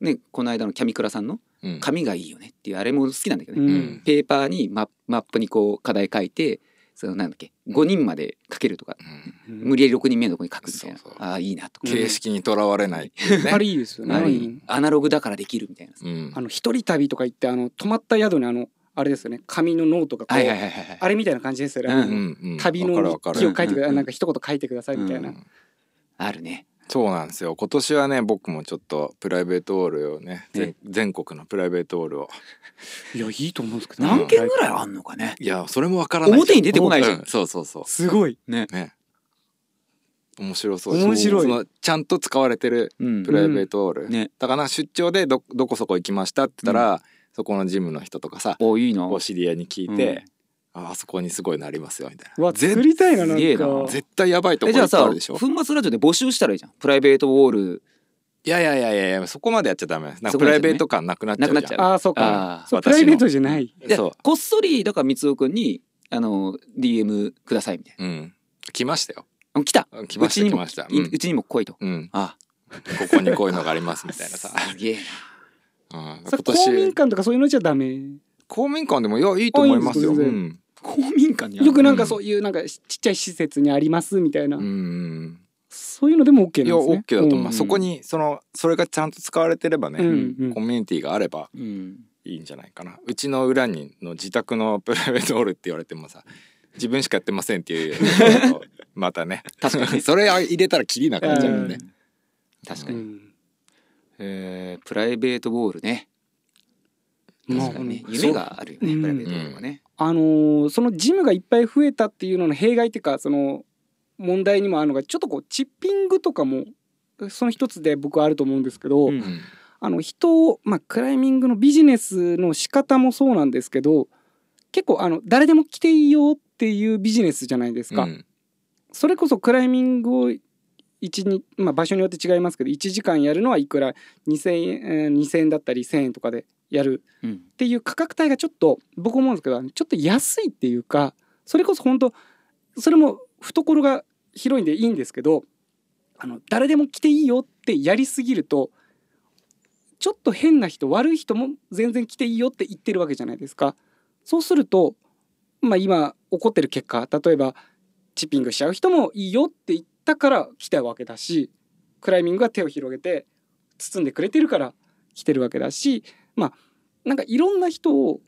Speaker 3: ねこの間のキャミクラさんの
Speaker 2: うん
Speaker 3: 紙がいいよねっていうあれも好きなんだけどね、
Speaker 4: うん
Speaker 2: うん
Speaker 3: ペーパーにママップにこう課題書いてそのなんだっけ5人まで書けるとか、無理やり6人目のとこに書くみたいな
Speaker 2: そうそう
Speaker 3: ああいいなとか、
Speaker 2: 形式にとらわれないっていうね。
Speaker 4: あれいいですよね。
Speaker 3: あ
Speaker 2: う
Speaker 3: る
Speaker 2: ん
Speaker 3: 意味アナログだからできるみたいな、
Speaker 2: うん
Speaker 4: あの一人旅とか行ってあの泊まった宿にあのあれですよね紙のノートがこう、
Speaker 3: はいはいはいはい
Speaker 4: あれみたいな感じですよね。
Speaker 3: うん
Speaker 2: うん
Speaker 4: 旅の
Speaker 2: わか
Speaker 4: 日
Speaker 2: るわ
Speaker 4: 記を
Speaker 2: か
Speaker 4: 書いてください
Speaker 3: うん
Speaker 4: なんか一言書いてくださいみたい
Speaker 2: るう
Speaker 4: な。
Speaker 2: ん
Speaker 3: あるね
Speaker 2: そうなんですよ今年はね僕もちょっとプライベートオールをね全
Speaker 3: ね
Speaker 2: 全国のプライベートオールを
Speaker 4: いやいいと思うんですけ
Speaker 2: どな
Speaker 3: 何件ぐらいあんのかね
Speaker 2: いやそれもわからない
Speaker 3: 表に出てこないじゃん
Speaker 2: うそうそうそう
Speaker 4: すごい。
Speaker 2: ね面白そう
Speaker 4: 面白い
Speaker 2: そのちゃんと使われてる
Speaker 3: うん
Speaker 2: プライベートオール、
Speaker 3: ね
Speaker 2: だから出張でどどこそこ行きましたって言ったら、そこのジムの人とかさ
Speaker 3: おいいな
Speaker 2: お知り合いに聞いて、ああそこにすごいのありますよみたいな
Speaker 4: わ作りたいななん
Speaker 3: すげえな
Speaker 4: か。
Speaker 2: 絶対やばいとこ
Speaker 3: え
Speaker 2: いっ
Speaker 3: じゃあ
Speaker 2: ぱいあ
Speaker 3: さ
Speaker 2: る
Speaker 3: 粉
Speaker 2: でしょ
Speaker 3: 末ラジオで募集したらいいじゃんプライベートウォール
Speaker 2: いやいやいやいやいやそこまでやっちゃダメなんか
Speaker 3: そ
Speaker 2: プ
Speaker 3: こまで
Speaker 2: ラ
Speaker 3: や
Speaker 2: イベ
Speaker 3: っちゃダメ
Speaker 2: ート感なくなっちゃう
Speaker 3: な
Speaker 2: じ
Speaker 3: くなっち
Speaker 2: ゃ
Speaker 3: ゃ
Speaker 2: ん
Speaker 4: ああそう
Speaker 3: あ
Speaker 4: か。
Speaker 3: ー
Speaker 4: そうプ
Speaker 2: 私の
Speaker 4: ライベートじゃない。
Speaker 3: で
Speaker 2: そう
Speaker 3: こっそりだから光雄くんにあの DM くださいみたい
Speaker 2: うん来ましたよ
Speaker 3: なあ来た
Speaker 2: 来ました
Speaker 3: うちに
Speaker 2: 来
Speaker 3: も
Speaker 2: ましたう
Speaker 3: い
Speaker 2: ん
Speaker 3: う、ちにも来いと
Speaker 2: うん、
Speaker 3: あ
Speaker 2: ここにこういうのがありますみたい なさ、
Speaker 3: すげえな
Speaker 2: うん、
Speaker 4: そ
Speaker 2: 今
Speaker 4: れ公民
Speaker 2: 年
Speaker 4: 館とかそういうのじゃダメ。
Speaker 2: 公民館でもいやいいと思いますよ
Speaker 4: あいいん
Speaker 2: う
Speaker 4: です
Speaker 2: ん、
Speaker 3: 公民館にある
Speaker 4: よくなんかそういうなんかちっちゃい施設にありますみたいな
Speaker 2: う。ん、
Speaker 4: そういうのでも OK
Speaker 2: いや
Speaker 4: なんですね。
Speaker 2: OK だと思う、
Speaker 4: ん
Speaker 2: そこにそのそれがちゃんと使われてればね、
Speaker 4: うんうん
Speaker 2: コミュニティがあれば
Speaker 3: うん
Speaker 2: いいんじゃないかなうちの裏にの自宅のプライベートオールって言われてもさ自分しかやってませんっていうのとまた ね
Speaker 3: 確かに
Speaker 2: それ入れたらキリな感じだもんね、
Speaker 3: 確か
Speaker 4: う
Speaker 3: に、
Speaker 4: ん
Speaker 3: えープライベートボールね
Speaker 4: まあ
Speaker 3: 確かにね
Speaker 4: うん
Speaker 3: 夢があるよね
Speaker 4: そう
Speaker 3: プライベートボールはね、
Speaker 4: あのーそのジムがいっぱい増えたっていうのの弊害っていうかその問題にもあるのがちょっとこうチッピングとかもその一つで僕はあると思うんですけど、
Speaker 3: うん
Speaker 2: うん
Speaker 4: あの人を、まあ、クライミングのビジネスの仕方もそうなんですけど結構あの誰でも来ていいよっていうビジネスじゃないですか。
Speaker 2: うん
Speaker 4: それこそクライミングを一に、まあ、場所によって違いますけど1時間やるのはいくら2,000円えー2000円だったり1,000円とかでやる
Speaker 3: うん
Speaker 4: っていう価格帯がちょっと僕思うんですけどちょっと安いっていうかそれこそ本当それも懐が広いんでいいんですけどあの誰でも来ていいよってやりすぎるとちょっと変な人悪い人も全然来ていいよって言ってるわけじゃないですか。そうすると、まあ、今起こってる結果例えばチッピングしちゃう人もいいよって言ったから来たわけだしクライミングが手を広げて包んでくれてるから来てるわけだしまあなんかいろんな人を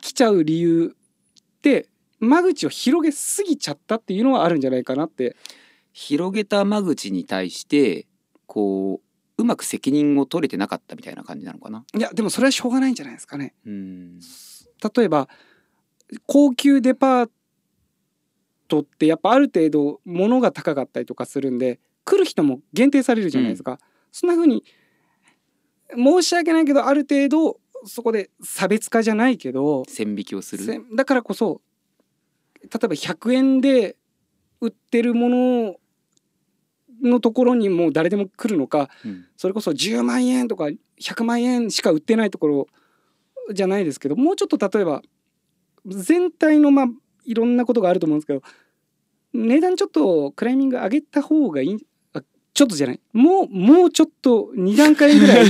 Speaker 4: 来ちゃう理由って間口を広げすぎちゃったっていうのはあるんじゃないかなって。
Speaker 3: 広げた間口に対してこううまく責任を取れてなかったみたいな感じなのかない
Speaker 4: やでもそれはしょうがないんじゃないですかね。
Speaker 3: うん
Speaker 4: 例えば高級デパートってやっぱある程度物が高かったりとかするんで来る人も限定されるじゃないですか、そんな風に申し訳ないけどある程度そこで差別化じゃないけど
Speaker 3: 線引きをす
Speaker 4: せ
Speaker 3: る
Speaker 4: だからこそ例えば100円で売ってるもののところにもう誰でも来るのか
Speaker 3: うん
Speaker 4: それこそ10万円とか100万円しか売ってないところじゃないですけどもうちょっと例えば全体のまあいろんなことがあると思うんですけど値段ちょっとクライミング上げた方がいいあちょっとじゃないもうもうちょっと2段階ぐらい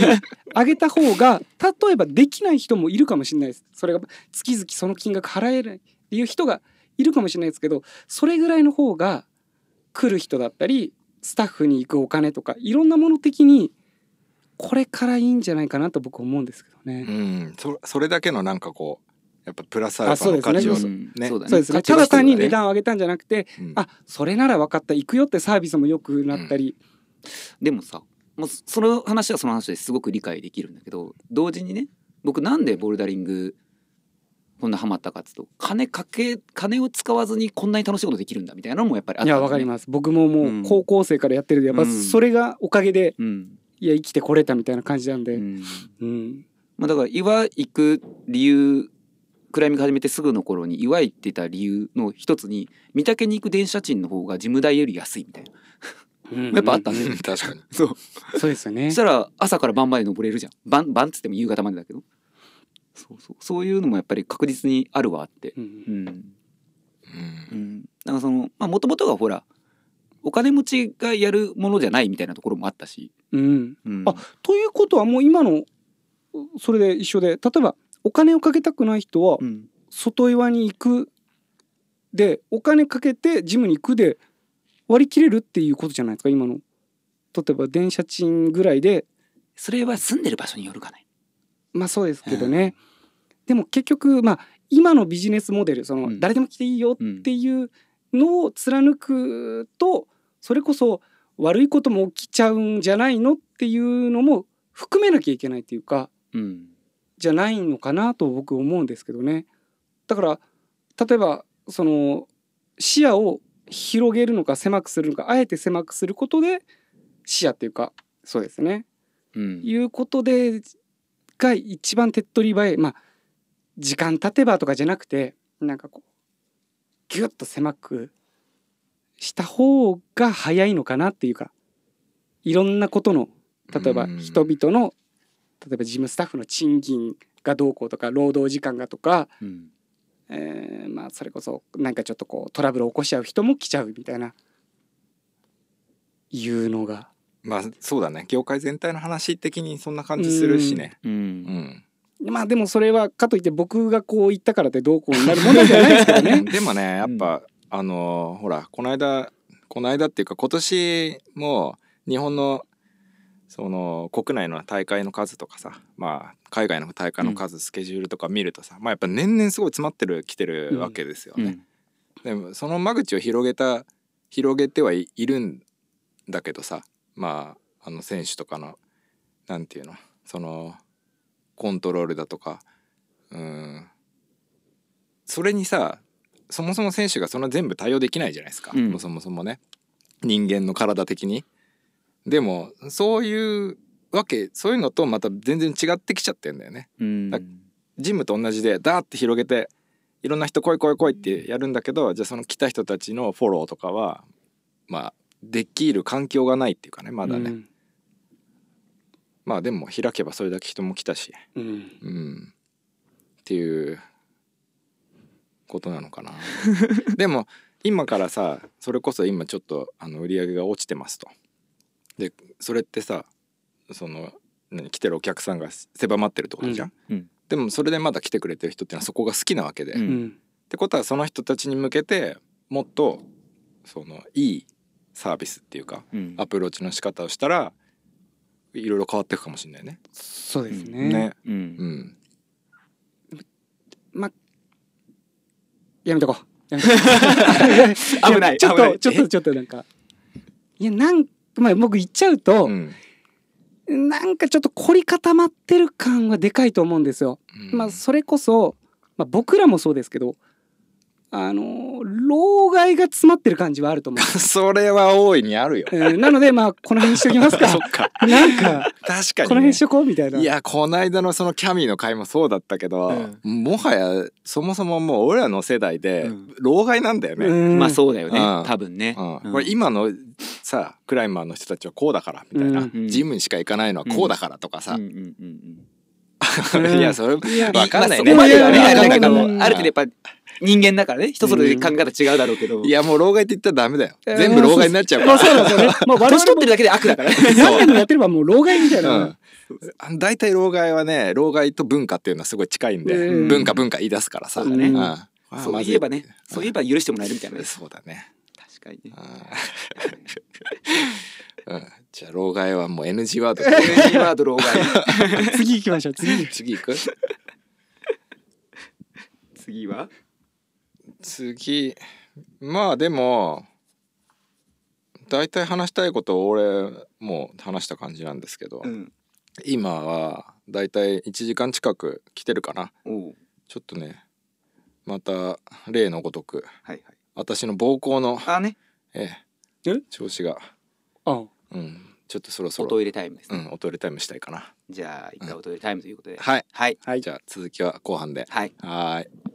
Speaker 4: 上げた方が例えばできない人もいるかもしれないですそれが月々その金額払えないっていう人がいるかもしれないですけどそれぐらいの方が来る人だったりスタッフに行くお金とかいろんなもの的にこれからいいんじゃないかなと僕思うんですけどね。
Speaker 2: うん、そそれだけのなんかこうやっぱプラスアルファの
Speaker 4: あそう
Speaker 2: 価
Speaker 4: です
Speaker 2: 値
Speaker 4: ね
Speaker 2: を
Speaker 4: そう
Speaker 2: ね
Speaker 3: そうだね
Speaker 4: そうですね。
Speaker 3: 価値
Speaker 4: た
Speaker 3: は
Speaker 4: だ
Speaker 3: してる
Speaker 4: 単
Speaker 3: んね
Speaker 4: に値段を上げたんじゃなくて、
Speaker 2: うん
Speaker 4: あそれなら分かった行くよってサービスも良くなったり、
Speaker 3: でもさもうその話はその話ですごく理解できるんだけど同時にね僕なんでボルダリングこんなハマったかっつうと金かけ金を使わずにこんなに楽しいことできるんだみたいなのもやっぱりあった
Speaker 4: い
Speaker 3: んだ
Speaker 4: や
Speaker 3: ね
Speaker 4: 分かります僕ももう高校生からやってるでやっぱ
Speaker 3: うん
Speaker 4: それがおかげで、
Speaker 3: うん、
Speaker 4: いや生きてこれたみたいな感じなんで、
Speaker 3: う
Speaker 4: うん
Speaker 3: んまあ、だから岩行く理由クライミング始めてすぐの頃に岩行ってた理由の一つに御嶽に行く電車賃の方が事務代より安いみたいなやっぱあったんだよ、
Speaker 2: うん確かに
Speaker 4: そうですよ
Speaker 3: そ
Speaker 4: ね
Speaker 3: したら朝から晩まで登れるじゃん晩晩っつっても夕方までだけどそうそうそういうのもやっぱり確実にあるわあって
Speaker 4: うん
Speaker 3: うん、
Speaker 2: うん
Speaker 3: うん、なんかそのまあもともとがほらお金持ちがやるものじゃないみたいなところもあったし、
Speaker 4: うん
Speaker 3: うん、
Speaker 4: あということはもう今のそれで一緒で例えばお金をかけたくない人は
Speaker 3: うん
Speaker 4: 外岩に行くでお金かけてジムに行くで割り切れるっていうことじゃないですか今の例えば電車賃ぐらいで
Speaker 3: それは住んでる場所によるかね
Speaker 4: まあそうですけどね、でも結局まあ今のビジネスモデルその、
Speaker 3: うん
Speaker 4: 誰でも来ていいよっていうのを貫くとそれこそ悪いことも起きちゃうんじゃないのっていうのも含めなきゃいけないっていうか
Speaker 3: うん
Speaker 4: じゃないのかなと僕思うんですけどね。だから例えばその視野を広げるのか狭くするのかあえて狭くすることで視野っていうかそうですね
Speaker 3: うん
Speaker 4: いうことでが一番手っ取り早いまあ時間経てばとかじゃなくてなんかこうギュッと狭くした方が早いのかなっていうかいろんなことの例えば
Speaker 2: うん
Speaker 4: 人々の例えば事務スタッフの賃金がどうこうとか労働時間がとか、
Speaker 3: うん
Speaker 4: えーまあそれこそなんかちょっとこうトラブルを起こしちゃう人も来ちゃうみたいないうのが。
Speaker 2: まあそうだね業界全体の話的にそんな感じするしね
Speaker 3: う
Speaker 2: うんん、
Speaker 4: まあでもそれはかといって僕がこう言ったからってどうこうになるものじゃないですから ね。
Speaker 2: でもねやっぱ、あのーほらこの間この間っていうか今年も日本のその国内の大会の数とかさ、まあ、海外の大会の数、スケジュールとか見るとさ、まあ、やっぱ年々すごい詰まってるきてるわけですよね。でもその間口を広げた広げてはい、いるんだけどさまああの選手とかのなんていうのそのコントロールだとかうんそれにさそもそも選手がそんな全部対応できないじゃないですか、
Speaker 3: うん
Speaker 2: そもそもね人間の体的に。でもそういうわけそういうのとまた全然違ってきちゃってんだよね。
Speaker 3: うん
Speaker 2: だジムと同じでダーって広げていろんな人来い来い来いってやるんだけどじゃあその来た人たちのフォローとかはまあできる環境がないっていうかねまだね、
Speaker 4: うん
Speaker 2: まあでも開けばそれだけ人も来たし
Speaker 4: うん
Speaker 2: うんっていうことなの かなでも今からさそれこそ今ちょっとあの売り上げが落ちてますとでそれってさその何来てるお客さんが狭まってるってことじゃん、
Speaker 3: うんうん
Speaker 2: でもそれでまだ来てくれてる人ってのはそこが好きなわけで、
Speaker 3: う
Speaker 2: っ
Speaker 3: ん
Speaker 4: うん
Speaker 2: てことはその人たちに向けてもっとそのいいサービスっていうか
Speaker 3: うん
Speaker 2: アプローチの仕方をしたらいろいろ変わっていくかもしれないね。
Speaker 4: そうですね。
Speaker 2: ね
Speaker 3: うん
Speaker 2: うん、
Speaker 4: やめとこう。やめとこう
Speaker 3: 危ない
Speaker 4: ちょっ
Speaker 3: 危な
Speaker 4: と
Speaker 3: い
Speaker 4: ちょっとちょっとなんかいやなんまあ僕言っちゃうと、
Speaker 2: うん
Speaker 4: なんかちょっと凝り固まってる感はでかいと思うんですよ。まあそれこそ、まあ、僕らもそうですけどあの老害が詰まってる感じはあると思
Speaker 2: それは大いにあるよ。
Speaker 4: う。うんなのでまあこの辺にしときますか
Speaker 2: そ。っか。
Speaker 4: なんか
Speaker 2: 確かに、ね。
Speaker 4: この辺しとこうみたいな。
Speaker 2: いや、この間のそのキャミーの回もそうだったけど、もはや、そもそももう俺らの世代で、老害なんだよね。うん
Speaker 4: うん
Speaker 3: まあそうだよね
Speaker 2: うん
Speaker 3: 多分ねうん
Speaker 2: これ今のさクライマーの人たちはこうだからみたいな、
Speaker 4: うん
Speaker 2: ジムにしか行かないのはこうだからとかさ
Speaker 3: う、んうんうんう ん
Speaker 2: いやそれわかんない
Speaker 3: まあ、そこ
Speaker 2: ね、
Speaker 3: までは
Speaker 4: ね
Speaker 3: 見ないんだけ
Speaker 4: わ
Speaker 3: ど、
Speaker 4: かんない
Speaker 3: ある程度やっぱ人間だからね、人それぞれ考え方違うだろうけど。
Speaker 2: いやもう老害って言ったらダメだよ、
Speaker 4: うん
Speaker 2: 全部老害になっちゃうか
Speaker 4: ま
Speaker 2: ら、
Speaker 4: あそうなんですよね。まあ我
Speaker 3: 年取
Speaker 4: 々
Speaker 3: っ
Speaker 4: も
Speaker 3: てるだけで悪だからね。
Speaker 4: 何年もやってればも う老害みたいな。
Speaker 2: うん、大体老害はね老害と文化っていうのはすごい近いんで、
Speaker 4: うん
Speaker 2: 文化文化言い出すからさ、
Speaker 4: そうだね
Speaker 2: んああ
Speaker 3: そう
Speaker 2: まず
Speaker 3: いえばね、そういえば許してもらえるみたいな。
Speaker 2: そうだね
Speaker 3: 確かにね。
Speaker 2: ああうんじゃあ老害はもう NG ワード
Speaker 3: NG ワード老害。
Speaker 4: 次行きましょう。次。
Speaker 2: 次行く
Speaker 3: 次は
Speaker 2: 次まあでも大体話したいことを俺もう話した感じなんですけど、
Speaker 3: うん
Speaker 2: 今は大体1時間近く来てるかな
Speaker 3: おう
Speaker 2: ちょっとねまた例のごとく
Speaker 3: はいはい
Speaker 2: 私の膀胱の、
Speaker 3: あね
Speaker 2: え
Speaker 4: え
Speaker 2: 調子が、
Speaker 4: あ
Speaker 2: うん、ちょっとそろそ
Speaker 3: お
Speaker 2: ろ
Speaker 3: トイレタイムです
Speaker 2: う
Speaker 3: ね、
Speaker 2: ん、おトイレタイムしたいかな
Speaker 3: じゃあ一回おトイレタイムということで、
Speaker 2: はい
Speaker 3: はい
Speaker 4: はい
Speaker 2: じゃあ続きは後半で
Speaker 3: はい
Speaker 2: はーい